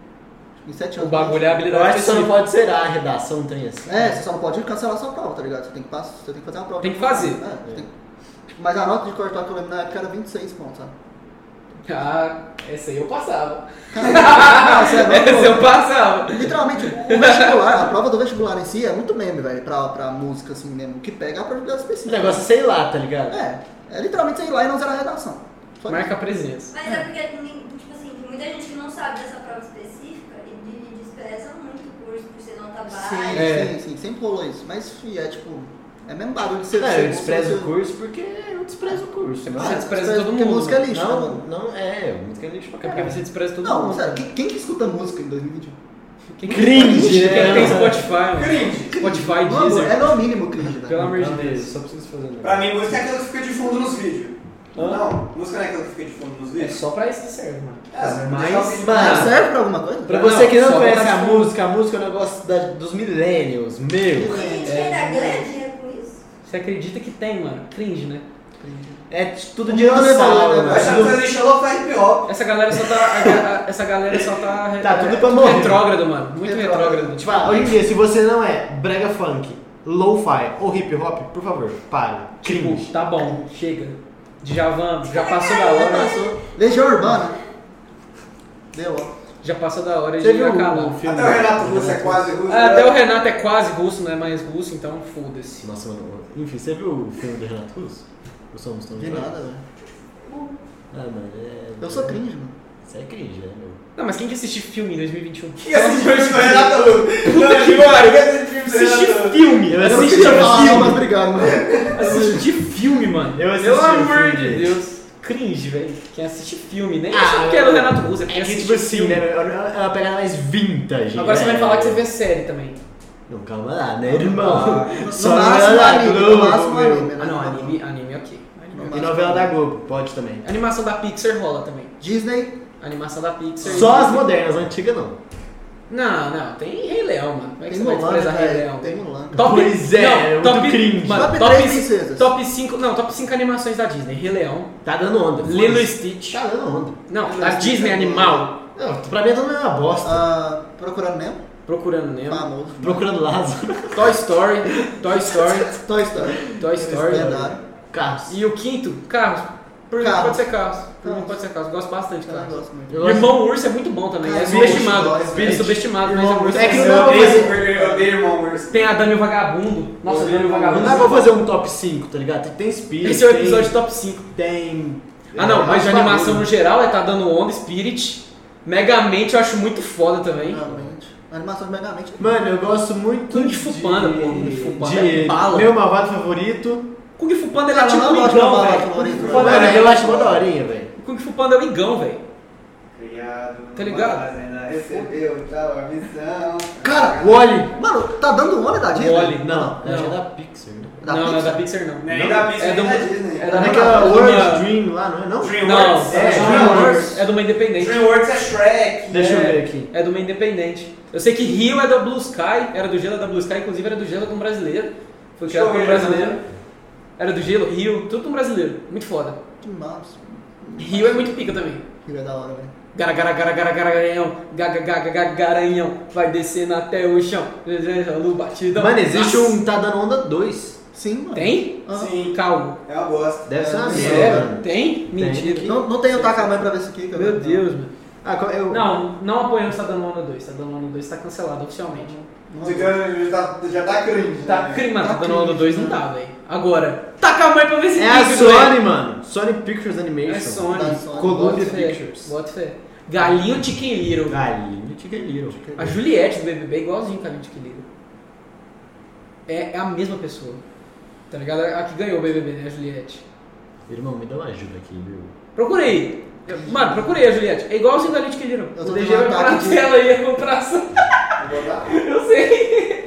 D: Tipo, em sete
A: o
D: anos.
A: bagulho é a
B: Eu acho
A: habilidade
B: que só não
A: específica.
B: pode ser a redação, tem assim.
D: É, você só não pode cancelar sua prova, tá ligado? Você tem que, passar, você tem que fazer uma prova.
A: Tem que fazer.
D: É, você tem que- Mas a nota de corte lá que eu lembro na época era 26 pontos, sabe?
A: Ah, essa aí eu passava.
D: Não, você é louco.
A: essa eu passava.
D: Literalmente, o vestibular, a prova do vestibular em si é muito meme, velho, pra, pra música assim mesmo. O que pega é a probabilidade
B: Esse
A: Um
D: específica.
B: negócio, sei lá, tá ligado?
D: É, é literalmente você ir lá e não zerar a redação. Só isso.
A: Marca a presença.
F: Mas é porque, nin- tipo assim, tem muita gente que não sabe dessa prova específica e de- despreza muito o curso por ser nota baixa.
D: Sim,
A: É.
D: sim, sim, sempre rolou isso. Mas, fi, é tipo, é mesmo barulho de você.
B: É,
D: você-
B: eu desprezo é
D: você-
B: o curso porque eu desprezo o curso.
A: Você
B: Mas...
D: Ah,
A: né? despreza todo
D: porque
A: mundo.
D: música é lixo, né,
B: Não,
D: mano?
B: não, é, música é lixo pra
A: É porque
B: caralho.
A: você despreza todo
D: Não,
A: mundo.
D: sério, quem, quem que escuta música em 2021?
A: Quem Quem
B: Cringe, né?
A: tem Spotify, mano?
E: Cringe.
A: Spotify,
D: Não, amor, é
A: Deezer.
D: no mínimo cringe, velho.
A: Pelo amor de
B: Não,
A: Deus.
B: Só preciso fazer um
E: Pra
B: negócio.
E: mim, música é aquilo que fica de fundo nos vídeos. Não, música não é aquilo que fica de fundo nos
A: É
E: vídeos.
A: só pra isso que serve, mano.
E: É,
B: Mas,
D: Mas
B: mano,
D: serve pra alguma coisa?
B: pra
A: Ah, Não,
B: você que não
A: só
B: conhece
A: pra-
B: a música, a música é um negócio da- dos millennials, meu.
F: Tem gente que ainda ganha dinheiro com isso.
A: Você acredita que tem, mano? Cringe, né?
B: É t- tudo
D: O
B: dinossauro,
D: mundo
E: Eu achava que
B: mano.
E: fazer xalô faz hip hop.
A: Essa galera só tá. a ga- a- essa galera só tá.
B: Tá tudo
A: é,
B: pra morrer.
A: Retrógrado, mano. Muito
D: Retrógrado.
A: retrógrado.
B: Tipo, ah, hoje em dia, se você não é brega funk, lo-fi ou hip hop, por favor, para.
A: Tipo,
B: Cringe. É,
A: tá bom, chega. Djavan, já passou da
D: Já
A: hora.
D: passou. Legião Urbana. Deu, ó.
A: Já passou da hora de
B: Você viu
A: acabar.
B: o filme?
E: Até o Renato Russo é quase russo.
A: Ah, Até o Renato é quase russo, não é mais russo, então foda-se.
B: Nossa, mano. Enfim, você viu o filme do Renato Russo? O Somos Tão
D: De
B: Jovens?
D: nada, velho.
B: Ah, mano, é...
D: Eu sou cringe, mano.
B: Você é cringe, né, meu?
A: Não, mas quem que assiste filme em 2021?
E: Que assistiu o filme do Renato Russo? Não, de boa, que assistiu o filme do
A: Assistir
E: Renato Russo?
A: filme!
B: Eu
D: Eu não
A: Assistir
B: assisti
D: queria falar,
A: filme!
D: mas obrigado, mano.
A: Assistir filme, mano!
B: Eu assisti
A: Pelo amor
B: filme.
A: de Deus! Cringe, velho. Quem assiste filme, nem
B: Ah,
A: acha que é do
B: eu-
A: Renato Russo, é porque
B: É que,
A: assiste
B: tipo assim,
A: filme.
B: né, meu? É uma pegada mais vintage.
A: Agora você
B: né?
A: vai falar que você vê série também.
B: Não, calma lá, né, irmão?
D: No máximo
B: novela da
D: anime, no
B: Globo,
D: máximo
B: meu.
D: anime,
A: Ah,
D: né?
A: não, anime, anime ok. Anime, ok.
B: E novela da Globo, pode também.
A: Animação da Pixar rola também.
D: Disney,
A: Animação da Pixar.
B: Só as modernas, antigas não.
A: Não, não, tem Rei Leão, mano. Como é que
D: Tem
A: você vai
D: Mulan,
A: desprezar
D: né,
A: Rei
D: velho?
A: Leão?
D: Tem
A: velho?
D: Mulan, cara.
B: Pois é, muito cringe.
A: Mano,
D: Top
A: top,
D: três princesas.
A: top 5, não, top 5 animações da Disney. Rei Leão,
B: Tá dando onda.
A: Lilo e
B: foda-se.
A: Stitch.
B: Tá dando onda.
A: Não,
D: Lilo
A: da
D: e Stitch
A: Disney
D: é
A: Animal.
B: Não, pra mim não é uma bosta.
D: ah, Procurando Nemo,
A: Procurando Nemo.
D: famoso.
B: Procurando Lázaro.
A: Toy Story, Toy Story,
D: Toy Story.
A: Toy Story.
D: Lendário.
B: Carros.
A: E o quinto, Carros. Por mim
D: Carros.
A: pode ser Carros. Por mim
D: Carros.
A: pode ser Carros. Gosto bastante de
D: Eu
A: Carros.
D: gosto muito.
B: Eu gosto-
A: Irmão Urso é muito bom também.
D: Cara,
A: é
D: Irmão Urso
A: subestimado.
D: dói,
A: é
D: Spirit.
A: subestimado, mas é
D: Irmão
A: muito
D: Urso
B: É que
A: bom.
B: não dá
E: Eu
B: pra fazer.
E: odeio- eu odeio irmão Urso.
A: Tem a Dami e o Vagabundo. Nossa, a Dami e o
B: Não
A: Vagabundo.
B: dá pra fazer um top 5, tá ligado? Tem- Tem Spirit.
A: Esse é o
B: tem-
A: episódio top 5.
B: Tem.
A: Ah não, mas de
B: de
A: animação no geral é tá dando onda, Spirit. Megamente eu acho muito foda também.
D: Megamente. A animação de Megamente.
B: Mano, eu gosto muito
A: Kung
B: de...
A: Fu Panda, pô, Kung Fu Panda
B: de
A: é bala.
B: Meu malvado favorito.
A: Kung Fu Panda ele é
D: Não,
A: tipo
D: não,
A: um
D: não, não,
A: igão,
D: não,
A: velho.
D: não,
A: Kung
D: não,
A: Fu
D: não,
A: Panda
D: não,
B: Mano,
A: é
B: eu acho mó daorinha, velho.
A: Kung Fu Panda é um igão, velho.
E: Criado.
A: Tá ligado?
E: mas ainda Recebeu tal a missão.
D: Cara,
B: Wally.
D: Mano, tá dando o homem da Disney?
A: Wall-E.
B: Não,
A: Não.
B: acho que é da Pixar. né?
D: Da
A: não, não é
D: Pixar?
A: da Pixar não.
E: Nem da Disney,
A: É do-
E: nem da Disney.
A: é
B: É
A: da-
B: Naquela
A: Não,
B: World
A: não.
B: Dream lá, não é? Não?
E: DreamWorks.
A: Não, é,
B: é
E: DreamWorks.
A: é de uma independente.
E: DreamWorks é Shrek.
B: Deixa eu
A: É,
B: ver aqui.
A: É de uma independente. Eu sei que Rio é da Blue Sky, era do gelo da Blue Sky, inclusive era do gelo de um brasileiro. Foi
E: Deixa
A: criado
E: eu
A: por um
E: ver,
A: brasileiro.
E: né?
A: Era do gelo, Rio, tudo um brasileiro. Muito foda.
D: Que massa.
A: Rio é muito pica também.
D: Rio é da hora, velho.
A: Gara, gara, gara, gara, gara, garanhão. Gaga, gaga, gaga, garanhão. Vai descendo até o chão. Lu batidão.
B: Mano, existe
A: Então, Nossa.
B: um Tá Dando Onda 2.
D: Sim, mano.
A: Tem?
D: Aham.
E: Sim.
A: Calma.
E: É uma bosta.
B: Deve ser uma
D: Não,
B: merda. mano.
A: Tem? Mentira.
B: Então,
D: Não, não tem o Takamai pra ver isso aqui, cara.
A: Meu Deus, mano.
B: Ah, qual- eu...
A: Não, não apoiamos Tá Dando Onda 2. Tá Dando Onda 2 tá cancelado oficialmente.
D: Não.
E: Você já tá- Já tá cringe.
A: Tá
E: né?
A: crime, mano. Tá
D: Tá
A: Dando Onda
D: cringe,
A: 2 não
D: né?
A: dá, velho. Agora, taca a mãe pra ver se
B: É a
A: pica,
B: Sony,
A: velho.
B: mano. Sony Pictures Animation.
A: É Sony.
D: Da Sony.
B: Columbia
A: Bota fé,
B: Pictures.
A: Bota fé. Galinho Chicken Little.
B: Galinho Chicken Little.
A: A Juliette do BBB é igualzinho Galinho Chicken Little. É, é a mesma pessoa. Tá ligado? A que ganhou o BBB, né? A Juliette.
B: Irmão, me dá uma ajuda aqui, viu?
A: Procurei. Mano, procurei a Juliette. É igualzinho Galinho Chicken Little.
D: Eu tô
A: O
D: tendo
A: DG
D: um
A: vai parar a
D: ataque de-
A: tela e ia comprar essa.
E: Vou botar.
A: Eu sei.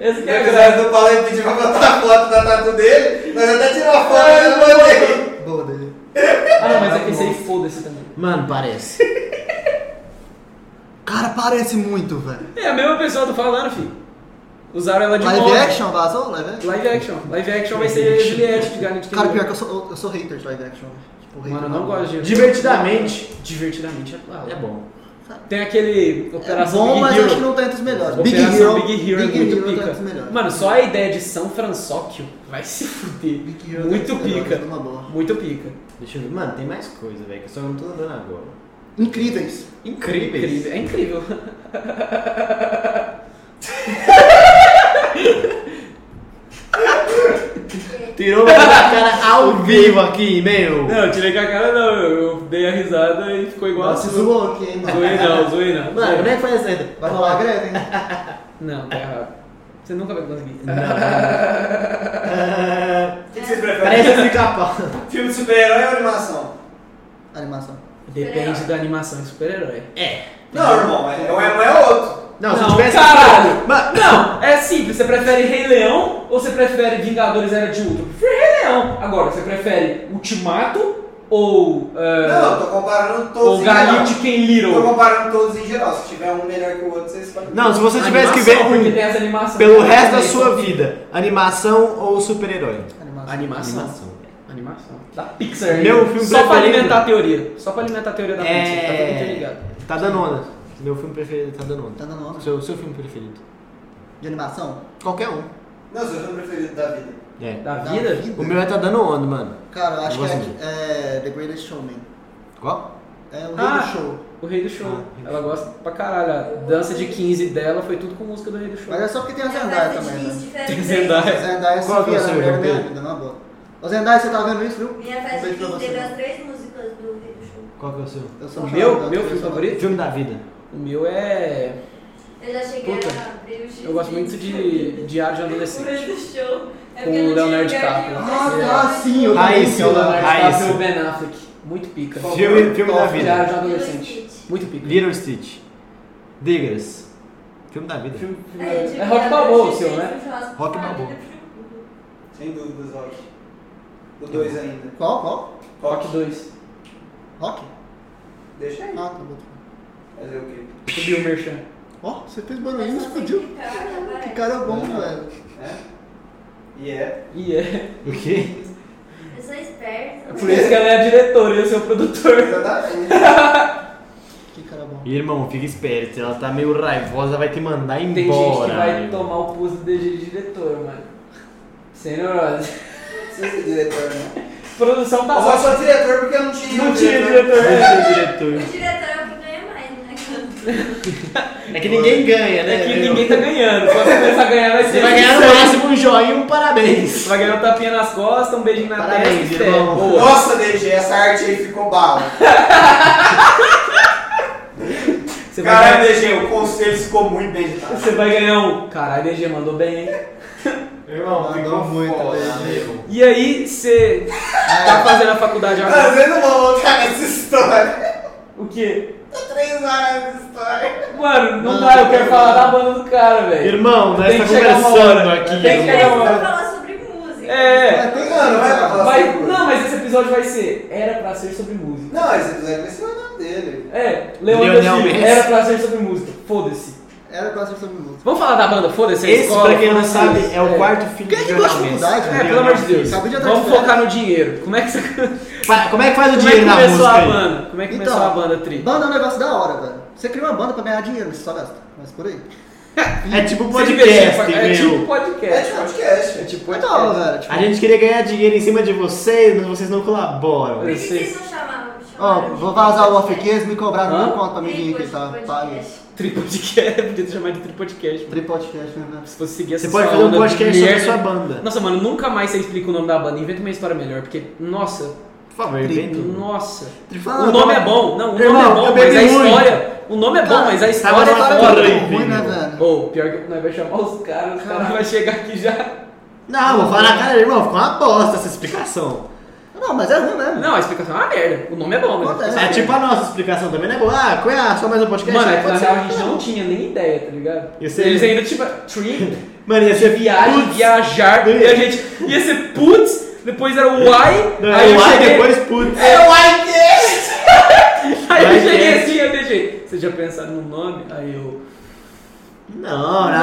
A: Essa que é a graça.
E: Apesar do Paulo ele pedir pra botar a foto da tatu dele, nós até tiramos a foto e eu mandei.
D: Boa dele.
A: Ah, não, mas é que esse aí foda-se também.
B: Mano, parece.
D: Cara, parece muito, velho.
A: É a mesma pessoa, tô falando, filho. Usaram ela É de
D: Live
A: molde.
D: action, vazou? Live action?
A: Live action. Live action vai ser Juliette de Garnet
D: Cara, pior que eu sou, eu sou hater de live action. velho. Tipo, hater
A: Mano, eu não gosto de.
B: Divertidamente.
A: Divertidamente é claro.
B: É bom.
A: Tem aquele
D: É
A: Operação
D: bom,
A: Big
D: mas
A: Hero.
D: acho que não tá entre os melhores. Big
A: Operação
D: Hero.
A: Big Hero é muito
D: tá
A: pica.
D: entre os melhores.
A: Mano, só a ideia de São Fransóquio vai se fuder.
D: Big Hero tá
A: muito
D: entre os melhores,
A: pica.
D: numa boa.
A: Muito pica.
B: Deixa eu ver. Mano, tem mais coisa, velho, que eu só não tô andando agora.
D: Incríveis.
B: Incríveis.
A: Incrível. É incrível.
B: Tirou minha cara ao vivo aqui, meu.
A: Não, eu tirei com a cara, não. Eu eu dei a risada e ficou igual
D: Nossa,
A: a sua.
D: zoou aqui, hein, mano.
A: Zoei não, zoei não.
B: Mano, como é que faz essa ainda?
D: Vai rolar a Greta, hein?
A: né? Não, tá errado. Você nunca vai conseguir.
E: O que que vocês
B: Parece
E: preferem?
B: esse capão.
E: Filme de super-herói ou animação?
D: Animação.
A: Depende da animação de super-herói.
B: É.
E: Não, irmão, é um é, um é outro.
B: Não, se
A: Não,
B: eu tivesse.
A: caralho!
B: Mano,
A: Não, é simples. Você prefere Rei Leão ou você prefere Vingadores Era de Ultron? Eu prefiro Rei Leão. Agora, você prefere Ultimato ou... eh,
E: Não, eu tô comparando todos
A: ou
E: em
A: Galinho
E: geral.
A: de Ken
E: Tô
A: Little?
E: comparando todos em geral. Se tiver um melhor que o outro, vocês podem.
B: não, se você tivesse que ver
A: Animação, porque tem
B: um
A: essa animação. então.
B: pelo resto da sua vida, animação ou super-herói?
D: Animação.
A: Animação.
B: Animação.
A: Animação. Da Pixar.
B: Meu
A: hein?
B: filme
A: Só pra
B: preferido.
A: alimentar a teoria. Só pra alimentar a teoria da Pixar. Tá todo mundo interligado.
B: É. Tá dando onda. Meu filme preferido tá dando onda.
D: Tá dando nome.
B: Seu, seu filme preferido?
D: De animação?
B: Qualquer um.
E: Não, seu filme preferido da vida.
B: É.
A: Da
D: Da
A: vida?
B: O
D: vida?
B: meu é tá dando onda, mano.
D: Cara, eu
B: Eu
D: acho que
B: gosto
D: é, é The Greatest Showman.
B: Qual?
D: É o rei
A: Ah.
D: do show.
A: O Rei do Show.
B: Ah, Rei do
A: Ela gosta pra caralho. A dança de 15 dela foi tudo com música do Rei do Show.
D: Mas é só porque tem a Zendaya
F: Zendaya
D: também, né?
A: Tem
D: A
A: Zendaya.
D: Zendaya
B: Qual que é o seu
D: Sofia, ela é a mulher da minha
B: roteiro?
D: vida, na boa. Ô Zendaya, você tá vendo isso, viu?
F: Minha
D: Um
F: festa
D: beijo
F: de
D: pra
F: 15 teve as
D: você.
F: três músicas do Rei do Show.
B: Qual que é o seu?
D: Eu sou
A: O
D: um
A: meu,
D: chorão,
A: meu
D: eu
A: filme
D: sou-
A: favorito?
B: Filme da vida.
A: O meu é.
F: Eu já cheguei
A: Puta,
F: a abrir o X.
A: Eu gosto muito de Diário de
F: O Rei
A: Adolescente.
F: do Show. É
A: Com
F: porque
A: o
F: não tinha
A: Leonardo
F: lugar
A: DiCaprio.
F: nenhum.
D: Ah, tá, sim, eu
B: Ah, esse é o
D: também.
B: Leonardo. Ah, esse.
A: o Ben Affleck. Muito pica.
E: Filme
B: Filme, filme da vida.
A: Diário de Adolescente. Muito pica.
B: Little Stitch. Digras. Filme da vida.
A: Filme- filme-
F: Aí tipo, eu tive
A: É
F: que
A: Rock
F: abrir
A: Balboa o
F: X
A: seu,
F: X
A: né?
F: no churrasco
B: Rock
F: com a
B: Balboa.
F: vida.
E: Sem dúvidas, Rock. O dois ainda.
D: Qual, qual?
A: Rock 2.
D: Rock?
E: Deixa aí.
D: Ah, tá bom.
E: Fazer o quê?
A: Subiu o Merchan.
D: Ó, você fez
F: Mas
D: barulhinho,
F: não
D: explodiu.
F: tem que ficar,
D: Que
F: né?
D: cara bom, velho.
E: É? E é.
A: E é.
B: O quê?
F: Eu sou esperta.
A: É Por isso que ela é a diretora e eu sou o produtor.
E: Exatamente.
D: Que cara bom.
B: Irmão, fica esperto. Se ela tá meio raivosa, vai te mandar embora.
A: Tem gente que vai
B: meu.
A: tomar o pulso do DG de diretor, mano. Sem neurose.
E: Você é diretor, né?
A: Produção tá
E: Eu só
A: ótima.
E: sou diretor porque eu não tinha. um
A: Não tinha um diretor. né?
B: Você é diretor.
F: O diretor é o que ganha mais, né?
B: É que ninguém ganha, né?
A: É que
B: meu?
A: ninguém tá ganhando. Quando começar a ganhar vai ser.
B: Você vai ganhar no máximo um joinha e um parabéns.
A: Você vai ganhar um tapinha nas costas, um beijinho na
B: Parabéns,
A: testa.
B: irmão.
A: é, boa.
E: Nossa, DG, essa arte aí ficou bala.
A: Você vai,
E: Caralho,
A: ganhar-
E: DG, o conselho ficou muito bem editado.
A: você vai ganhar um. Caralho, DG mandou bem, hein? Ah,
B: Meu irmão,
D: Mandou muito,
A: né,
E: foda,
D: velho.
E: meu.
A: E aí, você tá fazendo a faculdade
E: Mas
A: agora?
E: eu não vou voltar nessa história.
A: O quê?
E: Tô três horas nessa história.
A: Mano, não dá, eu quero falar da banda do cara, velho.
B: Irmão, nós
A: Tem
B: tá
A: que chegar uma hora.
B: conversando aqui.
A: Tem que chegar
B: irmão.
A: uma
F: Vamos
A: hora.
F: falar sobre música.
A: É.
D: tem
E: Mano, vai pra falar
A: Vai,
E: sobre música.
A: não, mas esse episódio vai ser. Era pra ser sobre música.
E: Não, esse episódio vai ser o nome dele.
A: É, Leandro
B: Lionel
A: Silva,
B: Messi.
A: era pra ser sobre música. Foda-se.
D: Era pra ser sobre música.
A: Vamos falar da banda, foda-se. a
B: Esse,
A: escola,
B: pra quem não
A: foda-se.
B: sabe, é o quarto filho
D: Quem
B: de
D: que gosta de
B: Jornal Mendes.
D: faculdade,
A: É, pelo amor de Deus.
D: Acabei de entrar
A: Vamos
D: de férias.
A: focar no dinheiro. Como é que você.
B: Fa- Como é que faz
A: Como
B: o
A: é que
B: dinheiro na
A: começou
B: música
A: a
B: aí?
A: banda? Como é que começou a banda, Tri?
D: Banda é um negócio da hora, velho. Você cria uma banda pra ganhar dinheiro, você só gasta. Mas por aí.
B: É tipo
A: Você investiu
B: podcast,
A: pra- É tipo
B: meu.
E: É
A: podcast.
E: de podcast. É tipo...
D: Foi da hora, velho. Tipo,
B: A gente queria ganhar dinheiro em cima de vocês, mas vocês não
F: Por
B: colaboram.
F: que
A: eu
F: que
A: sei.
F: vocês não chamaram?
D: ó,
F: chamaram de
D: vou vazar o off
F: podcast?
D: aqui, eles me cobraram
A: Hã?
D: uma conta pra mim vir aqui,
F: Tripod-
D: tá? Pague.
F: podcast.
A: Tri podcast, podia ter chamado de Tri podcast. mano.
D: Tripodcast, né, velho?
A: Se fosse seguir essa
B: Você pode
A: sua
B: fazer um
A: onda de
B: podcast sobre a
A: merda-
B: sua banda.
A: Nossa, mano, nunca mais você explica o nome da banda. Inventa uma história melhor, porque, nossa,
B: Por favor, um. vem tudo.
A: nossa.
D: Ah,
A: o
D: eu
A: nome
D: tava-
A: é bom, não, o
B: Tá, Irmão,
A: nome é bom, mas
B: eu bebi
A: a
B: muito. Tá,
A: história. O nome é bom, mas a história
B: tava
A: é
B: na
A: foda.
B: hora.
D: muito ruim, né, velho?
A: Ou, pior que nós vai chamar os caras, os caras vão chegar aqui já.
B: Não, vou falar na cara, irmão, ficou uma bosta essa explicação.
D: Não, mas é ruim mesmo.
A: Não, a explicação é uma merda. O nome é bom, mas.
D: Acontece.
B: É tipo a nossa explicação também, né? Ah, qual é a só mais um podcast?
A: Mano, é que
B: Pode
A: na
B: ser.
A: real a gente não tinha nem ideia, tá ligado?
B: Ia ser-
A: Eles ainda, tipo, Tree,
B: Mano, ia ser
A: viagem,
B: putz.
A: viajar, e a gente ia ser putz, depois era o why,
B: Não,
A: aí
B: é
A: eu
B: uai,
A: cheguei,
B: depois putz.
E: É o iCast!
A: aí eu
B: Why
A: cheguei
B: yes.
A: assim, eu deixei. Você já pensaram no nome? Aí eu.
B: Não, não.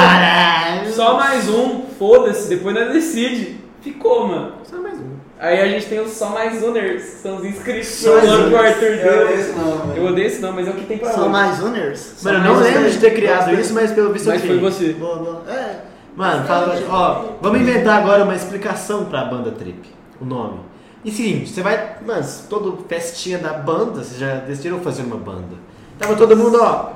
A: Não. Só mais um, foda-se, depois nós decide. Ficou, mano.
B: Só mais um.
A: Aí a gente tem o só mais um nerds, são os inscritos
B: Só mais
A: do
B: um.
A: que o
D: É,
A: Arthur
E: Eu
A: deu.
E: É, esse nome.
A: Eu odeio esse nome, mas é o que tem pra
D: São
A: hoje.
D: mais owners?
B: Mano, eu não lembro de ter criado isso, mas pelo visto eu
A: Mas foi
B: criei.
A: você.
D: Boa, boa. É.
B: Mano, fala, ó, vamos inventar agora uma explicação pra banda Trip, o nome. E seguinte, você vai, mano, todo festinha da banda, vocês já decidiram fazer uma banda. Tava todo mundo, ó,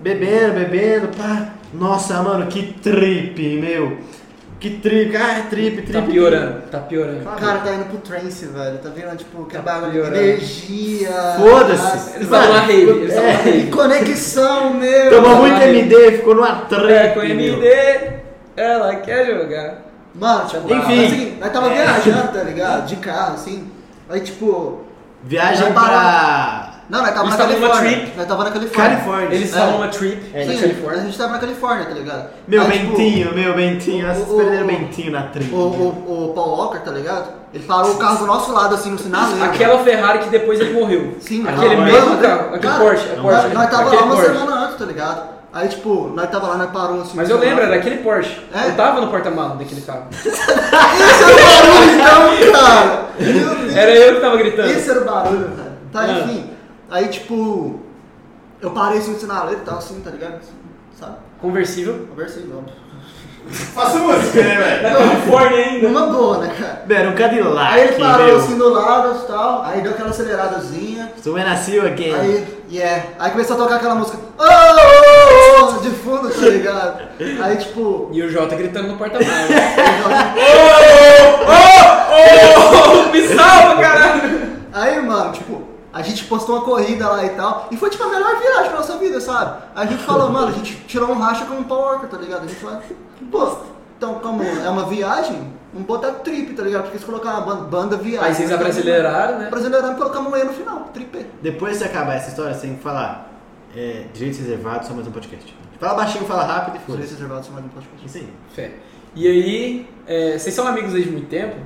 B: bebendo, bebendo, pá. Nossa, mano, que trip, meu. Que trip, ah, trip, trip.
A: Tá
B: trip.
A: piorando, tá piorando.
D: Cara, tá indo pro trance, velho. Tá virando, tipo, que
A: Tá
D: bagulho.
A: piorando.
D: Energia.
B: Foda-se.
A: Eles estavam na rave, eles estavam na
D: É, e
A: rave.
D: conexão, meu.
B: Tomou
A: Caralho.
B: muito MD, ficou numa
A: É,
B: trip,
A: com
B: meu.
A: MD, ela quer jogar.
D: Mano, tipo,
B: Enfim.
D: mas assim, nós
A: É.
D: tava viajando, tá ligado? De carro, assim. Aí, tipo.
B: Viagem
D: Vai
B: para...
D: Não, nós tava
A: Eles
D: na
A: estavam numa
D: Califórnia.
A: trip.
D: Nós tava na Califórnia.
B: Califórnia.
A: Eles estavam uma trip
D: Sim,
A: na Califórnia.
D: a gente tava Ah. É, na Califórnia, tá ligado?
B: Meu
D: Aí, tipo,
B: Bentinho, meu Bentinho. Nossa, vocês
D: o-
B: perderam
D: o-
B: Bentinho na trip.
D: O, o, o Paul Walker, tá ligado? Ele parou o carro do nosso lado, assim, no sinaleiro.
A: Aquela Ferrari que depois ele morreu.
D: Sim,
A: Aquele
D: não,
A: mesmo
D: não,
A: carro, aquele
D: cara,
A: Porsche. a
D: Nós,
A: Porsche né?
D: nós tava
A: aquele
D: lá uma
A: Porsche.
D: semana antes, tá ligado? Aí, tipo, nós tava lá, nós parou assim.
A: Mas eu lembro, era
D: né?
A: aquele Porsche.
D: É?
A: Eu tava no porta-malas daquele carro.
D: Esse era o barulho, então, cara! Meu Deus.
A: Era eu que tava gritando.
D: Esse era o barulho, velho. Tá,
A: Ah.
D: enfim. Aí, tipo, eu parei assim no sinaleiro e tal, assim, tá ligado? Sabe?
A: Conversível.
D: Conversei, óbvio.
E: Faça música, né, velho?
A: Na Califórnia ainda.
D: Numa boa, né, cara?
B: Mano, um
A: Ah,
B: Cadillac,
D: Aí ele parou
B: meu.
D: assim do lado e tal, aí deu aquela aceleradazinha.
B: So when I see you
A: É.
B: again.
D: Aí, yeah. Aí começou a tocar aquela música. Oh, oh, oh, de fundo, tá ligado? Aí, tipo.
A: E o Jota gritando no porta-malas.
D: eu-
A: Me salva, Oh, caralho!
D: Aí, mano, tipo, a gente postou uma corrida lá e tal. E foi, tipo, a melhor viagem da nossa vida, sabe? A gente falou, mano, a gente tirou um racha com um Power Walker, tá ligado? A gente falou, pô, então, como é uma viagem, vamos botar trip, tá ligado? Porque se colocar uma banda, banda viagem.
A: Aí vocês abrasileiraram, né?
D: Brasileirão colocamos um E no final, tripê.
B: Depois de acabar essa história, você tem que falar. É, direitos reservados, só mais um podcast. Fala baixinho, fala rápido e
D: Por isso,
B: foda-se.
D: reservados são mais um podcast.
B: Isso aí.
A: Fé. E aí, é, vocês são amigos desde muito tempo?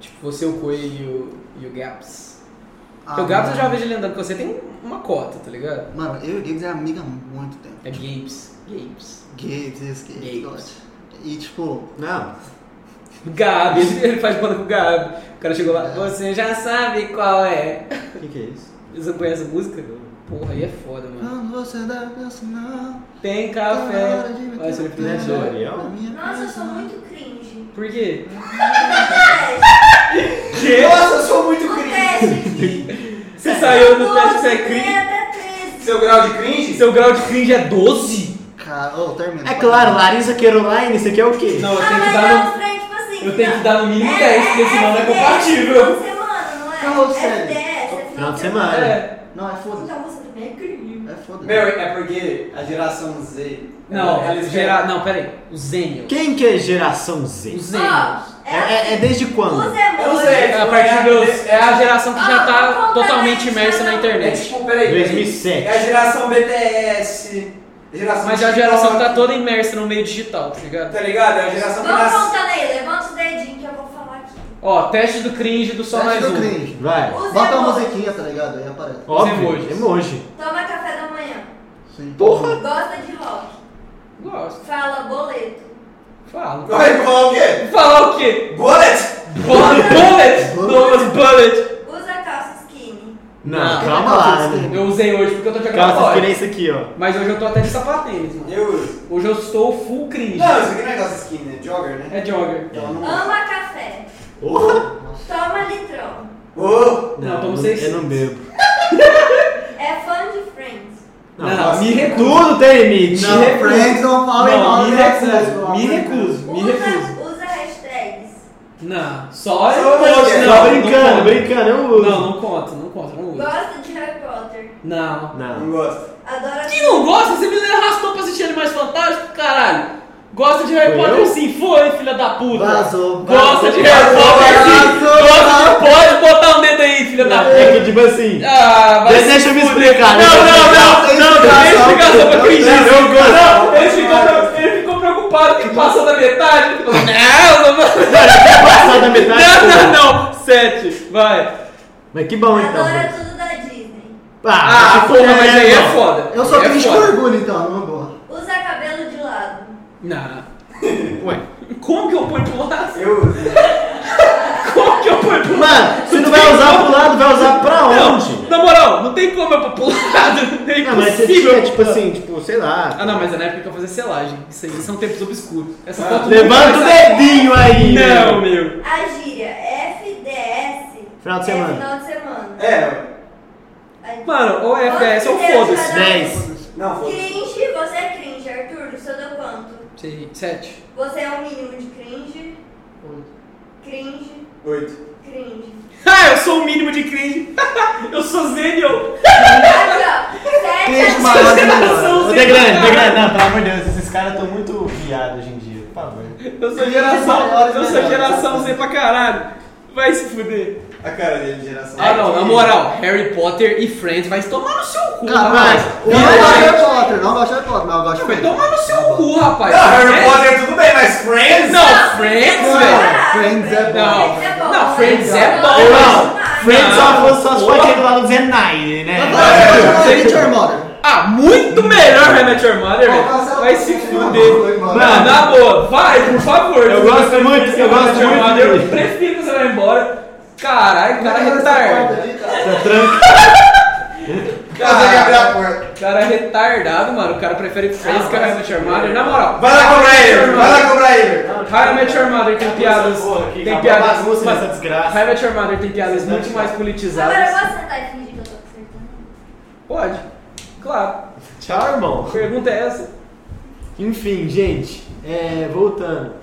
A: Tipo, você, o Coelho e o, e o Gaps. Porque o Gaps eu já
D: mano.
A: vejo ele andando com você, tem uma cota, tá ligado?
D: Ah, Mano, eu e o Gibbs é amiga há muito tempo.
A: É Gapes. Gapes.
D: Gibbs, isso, Gibbs,
A: Gibbs.
D: God. E tipo,
B: Não.
A: Gabi, ele, ele faz banda com o Gabi. O cara chegou lá, você já sabe qual é.
B: O que, que é isso?
A: Você conhece a música? Porra, aí é foda, mano.
D: quando você deve me assinar,
A: Tem
D: tá na
A: café.
D: hora de me
A: Olha, seu
D: tratar
B: Não é Ariel?
D: da minha
F: Nossa, eu sou
D: casa.
F: muito cringe.
A: Por quê?
E: Nossa, eu sou muito
F: O
E: cringe.
F: teste aqui.
A: Você saiu no teste, você é cringe.
F: até 13.
E: Seu grau de cringe?
A: Seu grau de cringe é 12?
D: Cara, ô, termina.
B: É claro, Larissa Caroline, isso aqui é o quê?
A: Não, eu
F: Ah,
A: tenho que
F: mas
A: dar
F: é
A: no.
F: um trem, tipo assim.
A: Eu tenho que
F: não.
A: dar no mínimo
F: É,
A: 10, porque
F: é
A: senão não é
F: FDS,
A: compatível.
F: Final de semana, não é?
D: Carrossel.
F: FDS, é
B: Final de
A: É.
B: semana.
D: Não, é foda-se.
F: Então você também é cringe.
D: É É foda.
E: Meu, é porque a geração Z.
A: Não,
E: eles
A: gera... não, peraí. O Zenio.
B: Quem que é geração Z?
A: O Zenio.
F: Ó, assim,
B: É, é- é desde quando?
F: Os emojis.
E: Eu sei.
A: É a partir dos. É a geração que já
F: Ah,
A: tá
F: completamente
A: totalmente imersa na
F: não.
E: É
A: internet.
E: tipo, peraí. peraí.
B: 2007.
E: É a geração BTS. a Geração
A: Mas é a geração que tá
E: TikTok,
A: toda imersa no meio digital, tá ligado?
E: Tá ligado? É a geração que
F: Vamos
E: nasce.
F: contando aí, levanta os dedinhos que eu vou falar aqui.
A: Ó, teste do cringe do só
D: Teste
A: mais
D: do
A: um.
D: cringe.
B: Vai.
F: Os
D: Bota uma
F: emojis.
D: musiquinha, tá ligado? Aí aparece.
B: Óbvio.
A: emojis.
B: Emoji.
F: Toma café da manhã.
D: Sim.
B: Porra.
F: Gosta de rock.
A: Gosto.
F: Fala boleto.
A: Fala.
E: Vai falar o quê?
A: Falar o quê?
E: Bullet!
A: Bullet! Douglas Bullet!
F: Usa calça skinny.
B: Não,
A: Não.
B: calma lá, né?
A: Eu usei hoje porque eu tô de
B: Calça
A: acabar.
B: que nem isso aqui, ó.
A: Mas hoje eu tô até de sapatênis, mano.
E: Eu uso.
A: Hoje eu estou full cringe.
E: Não, isso aqui não é calça skin, é jogger, né?
A: É jogger.
E: Então não.
F: Ama café.
B: Porra.
F: Toma litrão.
E: Ô!
A: Não, tomo seis.
B: Eu não bebo.
F: É fã de Friends.
A: Não,
B: nossa.
A: me recuso.
B: Tudo tem limite.
A: Não.
D: Me Friends não fala em mal
A: Não, me
D: de vocês,
A: recuso.
D: pelo
A: Me
D: amor de
A: recuso. Me recuso.
F: Usa, usa hashtags.
A: Não, só.
E: Só
A: Não,
E: você.
B: Não,
A: não
B: Tá brincando,
A: conta.
B: brincando, eu uso.
A: Não, não conta, não conta, não uso.
F: Gosta de Harry Potter.
A: Não.
E: Não
B: Não.
E: gosto.
F: Adora.
A: Quem não gosta? Você me arrastou pra assistir Animais Fantásticos, caralho. Gosta de Harry
B: Foi
A: Potter?
B: eu?
A: Sim, foi, filha da puta.
D: Vazou,
A: Gosta
D: vazou,
A: de Harry
D: vazou,
A: Potter? Sim,
D: vazou,
A: gosta de...
D: vazou.
A: Pode botar um dedo aí, filha da
B: É
A: puta.
B: que tipo assim.
A: Ah, vai
B: Deixa
A: se
B: eu me
A: fuder.
B: explicar, né?
A: Não,
D: Tem
A: não, não, não, não tem
D: explicação.
A: explicação pra quem
B: Não, eu gosto.
A: Não, ele ficou, pre- ele ficou preocupado que passou da metade. Ele falou, Não, não, não.
B: Passar da metade.
A: Não, não, não. Sete, vai.
B: Mas que bom então.
F: Adora
B: mano.
F: tudo da Disney.
A: Ah,
B: que
A: porra, mas aí é
B: mano.
A: foda.
D: Eu sou
A: É
D: cringe com
A: foda.
D: orgulho, então, não gosto.
F: Usa cabelo de lado.
A: Não.
B: Ué.
A: Como que eu ponho pro lado?
E: Eu uso.
A: Como que eu ponho pro lado?
B: Mano, você não vai usar pro lado, vai usar pra onde?
A: Não, na moral, não tem como eu pôr pro lado. É
B: Não, mas você
A: impossível.
B: tira, tipo assim, tipo, sei lá.
A: Ah, não, mas é na época que eu fazia selagem. Isso aí são tempos obscuros. Essa
E: Ah,
A: foto
B: Levanta o dedinho aí.
A: Não,
B: meu.
A: meu.
F: A gíria FDS.
B: Final de
F: é
B: semana.
F: Final de semana.
E: É.
F: Aí-
A: Mano, ou é FS ou
F: Quantos dedos
A: foda-se.
F: cada um?
B: Dez.
E: Não, foda-se.
F: Cringe, você é cringe, Arthur. O seu deu quanto?
A: Sei, Sete.
F: Você é o mínimo de cringe. Cringe,
E: Oito.
F: cringe.
A: Ah, eu sou o mínimo de cringe. eu sou Zenion.
F: Aqui, ó. Sete.
D: Cringe maior que menor.
A: Geração
B: Ô, né?
A: Z.
B: Degrande,
A: cara.
B: Degrande, não, pelo amor de Deus, esses caras estão muito viados hoje em dia, por favor.
A: Eu sou geração.
D: Maiores
A: Eu sou
D: menores.
A: geração Z pra caralho. Vai se fuder.
E: A cara dele, geração.
A: Ah, não, na moral, Harry Potter e Friends vai se tomar no seu cu,
D: Cara,
A: rapaz.
D: eu não
A: Vira,
D: gosto de Harry
A: gente.
D: Potter, não gosto de Harry Potter, mas eu gosto
A: Vai
D: de Friends.
A: tomar no seu cu,
E: Não,
A: rapaz.
E: Harry Potter tudo bem, mas Friends?
A: Não, Friends,
D: Não,
A: velho.
D: Friends é bom.
A: Não,
F: Friends é bom.
A: não, Friends é bom. é
F: Eu
A: mas-
F: não.
B: Friends
A: Não.
B: só fosse só se fosse do lado do Zenai, né?
D: Mas vai, vai, vai, Meet Your Mother.
A: Ah, muito melhor How I Met Your Mother, velho. Vai se fuder. Mano, na boa, vai, por favor.
B: Eu gosto muito, eu
A: How I Met
B: gosto
A: Your
B: muito
A: Mother,
B: dele.
A: Eu prefiro que você vá embora. Caralho, cara é retardado.
B: Tá tranquilo.
E: Consegue abrir a porta.
A: Cara é retardado, mano. O cara prefere Friends que How I Met Your Mother. Na moral.
E: Vai lá cobrar ele, vai lá cobrar ele.
A: How I Met Your Mother tem piadas. Tem piadas.
B: Bagunça né? nessa
A: Mas, How
B: desgraça.
A: I Met Your Mother tem piadas muito mais
F: Agora eu
A: politizadas.
F: posso sentar e fingir que eu tô acertando?
A: Pode. Claro.
B: Tchau,
A: A
B: irmão.
A: pergunta é essa.
B: Enfim, gente, é, voltando.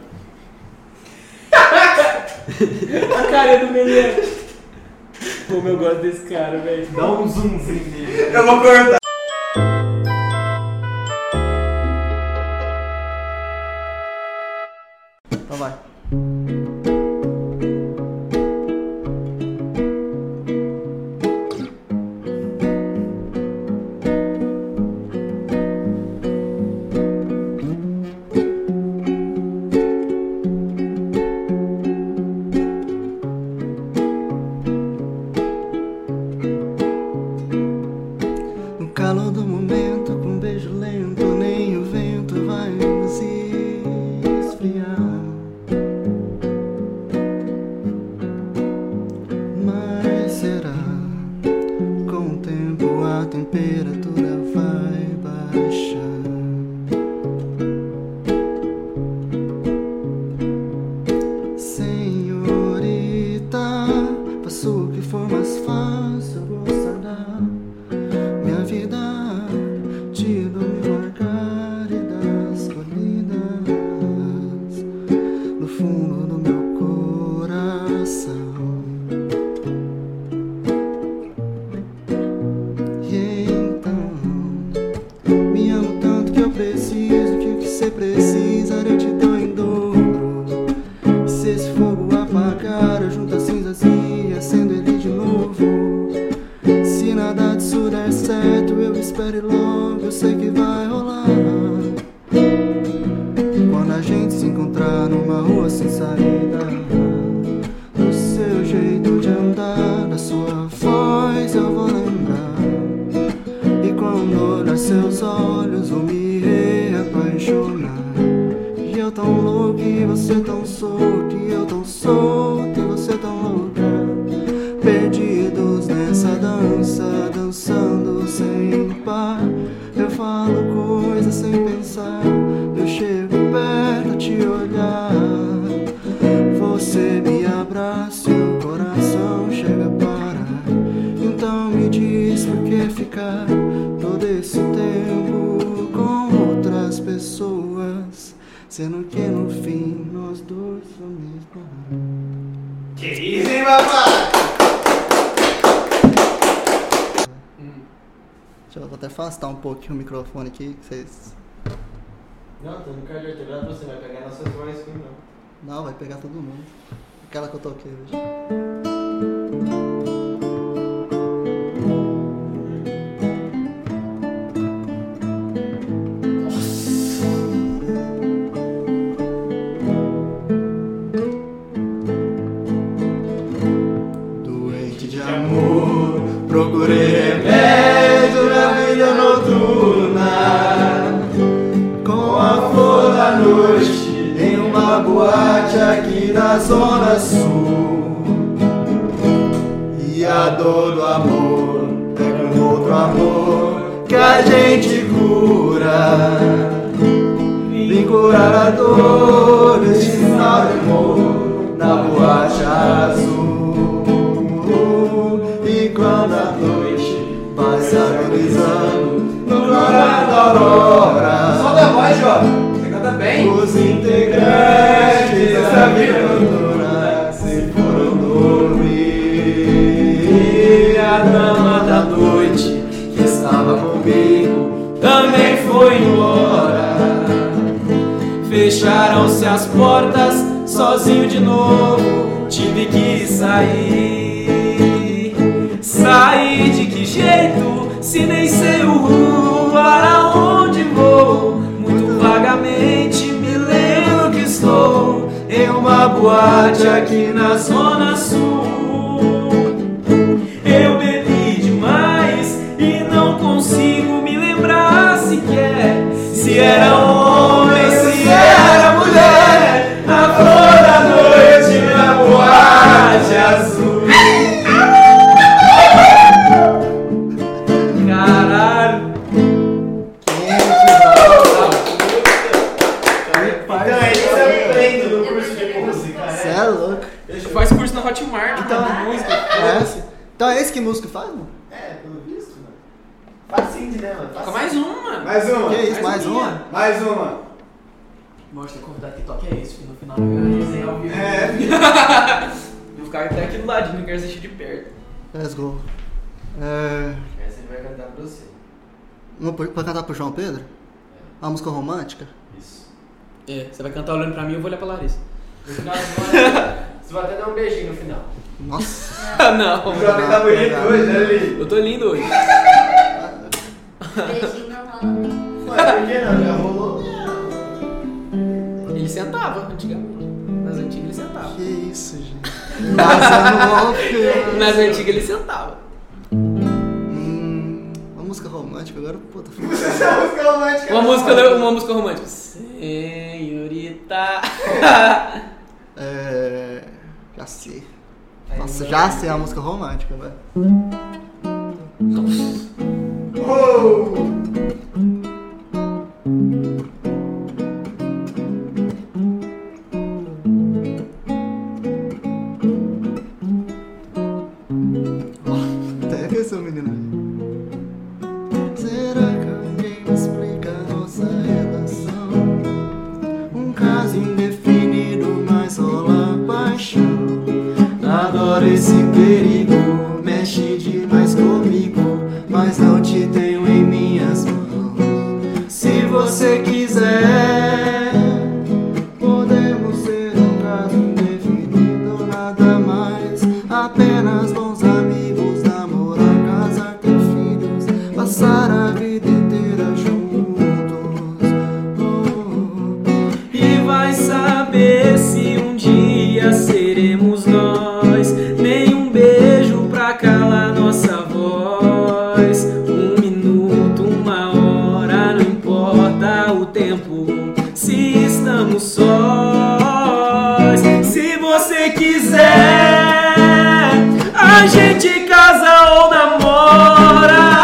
A: A cara do menino. Pô, meu, eu gosto desse cara, velho.
B: Dá um zoomzinho nele.
E: Eu vou cortar.
D: Então vai. No calor do momento, com um beijo lento, nem o vento vai nos esfriar. então, rezar eu te dou em dobro. Se esse fogo apagar, eu junto as cinzas e acendo ele de novo. Se nada disso der certo, eu espero e logo, eu sei que vai rolar. Quando a gente se encontrar numa rua sem saída, do seu jeito de andar, da sua voz eu vou lembrar. E quando olhar seus olhos, vou me reapaixonar. E eu tão louco e você tão solto, e eu tão solto e você tão louca. Perdidos nessa dança, dançando sem par. Eu falo coisas sem pensar. Eu chego perto, te olhar. Você me abraça, e o coração chega a parar. Então me diz por que ficar todo esse tempo com outras pessoas. Sendo que no fim nós dois vamos parar.
E: Que isso, hein, papai?
G: Deixa eu até afastar um pouquinho o microfone aqui, que vocês.
E: Não, tô no card vertebrado, você vai pegar nas suas vozes comigo, não.
G: Não, vai pegar todo mundo. Aquela que eu toquei hoje.
D: Doente de amor, procurei remédio na vida noturna. Com a flor da noite, em uma boate aqui da Zona Sul. E a dor do amor é com outro amor que a gente cura. Vim curar a dor desse mal amor na boate azul. E quando a noite vai se agonizando no clarão da
E: Ah,
D: aurora.
H: Só da voz, ó. Você canta bem.
D: Os integrantes dessa vida noturna se foram dormir. A dama da noite que estava comigo também foi embora. Fecharam-se as portas, sozinho de novo tive que sair. Sair de que jeito? Se nem sei o rumo para onde vou. Muito vagamente me lembro que estou em uma boate aqui na Zona Sul. Eu bebi demais e não consigo me lembrar sequer se era homem, se era mulher. A flor da noite na
E: ah,
D: boate azul. Caralho.
E: Então, é isso é o treino do curso de música,
G: Você
E: né?
G: é louco.
A: Faz curso na Hotmart, então, música.
G: Conhece? Então é esse que músico faz, mano?
E: É, pelo visto, mano. Facinho de né, mano?
A: Toca
E: Facinho.
A: mais uma, mano.
H: Mais uma.
G: Que isso, mais,
A: Mais um
G: uma?
H: Mais uma.
A: Mostra convidado que toca é esse, filho. no final eu ia resenhar ao vivo.
H: É,
A: Eu ficava até aqui do ladinho, não quero assistir de perto.
G: Let's go. É,
E: Essa ele vai cantar pra você. É.
G: uma pra, pra cantar pro João Pedro? Uma música romântica?
E: Isso.
A: É, você vai cantar olhando pra mim, eu vou olhar pra Larissa.
E: No final, você vai- você vai até dar um beijinho no final.
G: Nossa.
A: Ah, não,
H: o jovem tá bonito hoje, né, Lili?
A: eu tô lindo hoje.
F: Beijinho não rola.
E: Ué, por que não? Já rolou?
A: Ele sentava antigamente. Nas antigas ele sentava.
G: Que isso, gente. Vazando off.
A: Nas antigas ele sentava.
G: Hum, uma música romântica agora, puta.
H: Essa é a música romântica.
A: Uma música, uma música romântica. Senhorita.
G: É. Já sei. Nossa,
E: é
G: já sei a música romântica, velho.
H: Oh!
G: Até que essa menina.
D: Será que alguém me explica a nossa relação? Um caso indefinido, mas rola paixão. Adoro esse perigo, mexe demais comigo, mas não te tenho em minhas mãos. Se você quiser,
A: um Oh. vai saber se um dia seremos nós. Nem um beijo pra calar nossa voz. Um minuto, uma hora, não importa o tempo. Se estamos sós, se você quiser, a gente casa ou namora.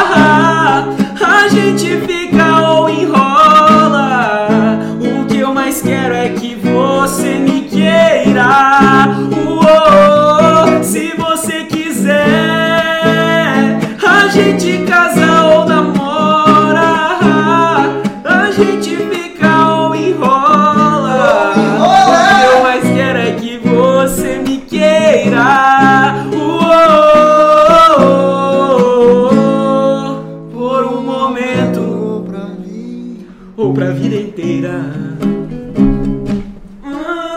A: A gente fica ou enrola. O que eu mais quero é que você me queira. Uou, se você quiser, a gente casa ou namora. A gente fica ou enrola. O que eu mais quero é que você me queira. Uou, por um momento
I: Ou pra mim.
A: ou pra vida inteira.
J: Uh,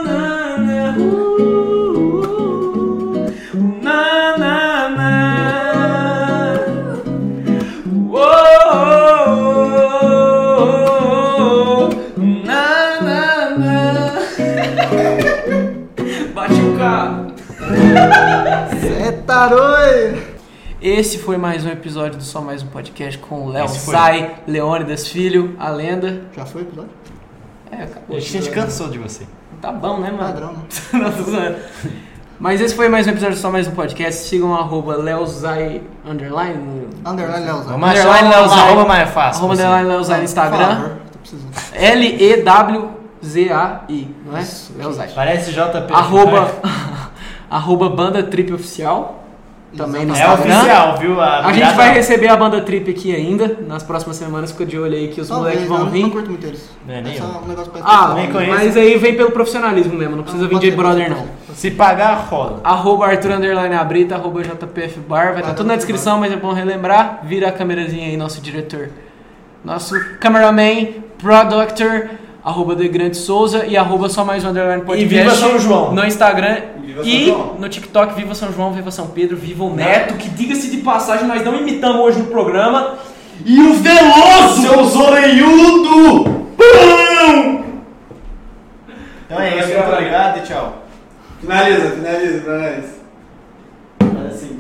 A: Na, na, na, uh, uh, na, na, na. Oh, oh, oh, oh, na, na, na. Bate o carro.
D: É taroi!
J: Esse foi mais um episódio do Só Mais Um Podcast com o Léo Sai, Leônidas Filho, a lenda.
D: Já foi o episódio?
J: É, acabou.
B: A gente cansou de você.
J: Tá bom, né, mano?
D: Padrão, né?
J: Não, tô zoando. Mas esse foi mais um episódio do Só Mais Um Podcast. Sigam arroba Leozai underline. no-
D: Underline Leozão.
B: Vamos achar uma
J: Leozai.
B: arroba mais fácil.
J: Arroba
B: possível.
J: underline Leozai no
D: Por
J: Instagram.
D: favor, tô precisando.
J: L-E-W-Z-A-I, não é? Leozai.
B: Parece JP.
J: Arroba, arroba Banda Trip Oficial. Também no
B: É
J: Instagram.
B: oficial, tá viu?
J: A gente vai receber a banda Trip aqui ainda, nas próximas semanas, fica de olho aí que os moleques
D: Talvez,
J: vão
D: né? eu não, não
J: vir.
D: curto muito eles.
B: Não é nem
D: só
B: eu.
D: um negócio pra
J: Ah,
B: Nem conheço.
J: mas aí vem pelo profissionalismo mesmo, não precisa vir de brother não.
B: Se pagar, rola.
J: Arroba Arthur Underline Abrita, arroba JPF Bar, vai estar tudo na descrição, mas é bom relembrar. Vira a câmerazinha aí, nosso diretor. Nosso cameraman, productor, arroba The Grande Souza e arroba só mais um Underline Podcast.
B: viva São João.
J: No Instagram
E: Viva São
J: e
E: João.
J: no TikTok, viva São João, viva São Pedro, viva o Neto, que diga-se de passagem, nós não imitamos hoje no programa.
B: E o Veloso, seu zoreiudo!
K: Então é isso, muito obrigado e tchau.
E: Finaliza, finaliza pra nós.
K: Assim.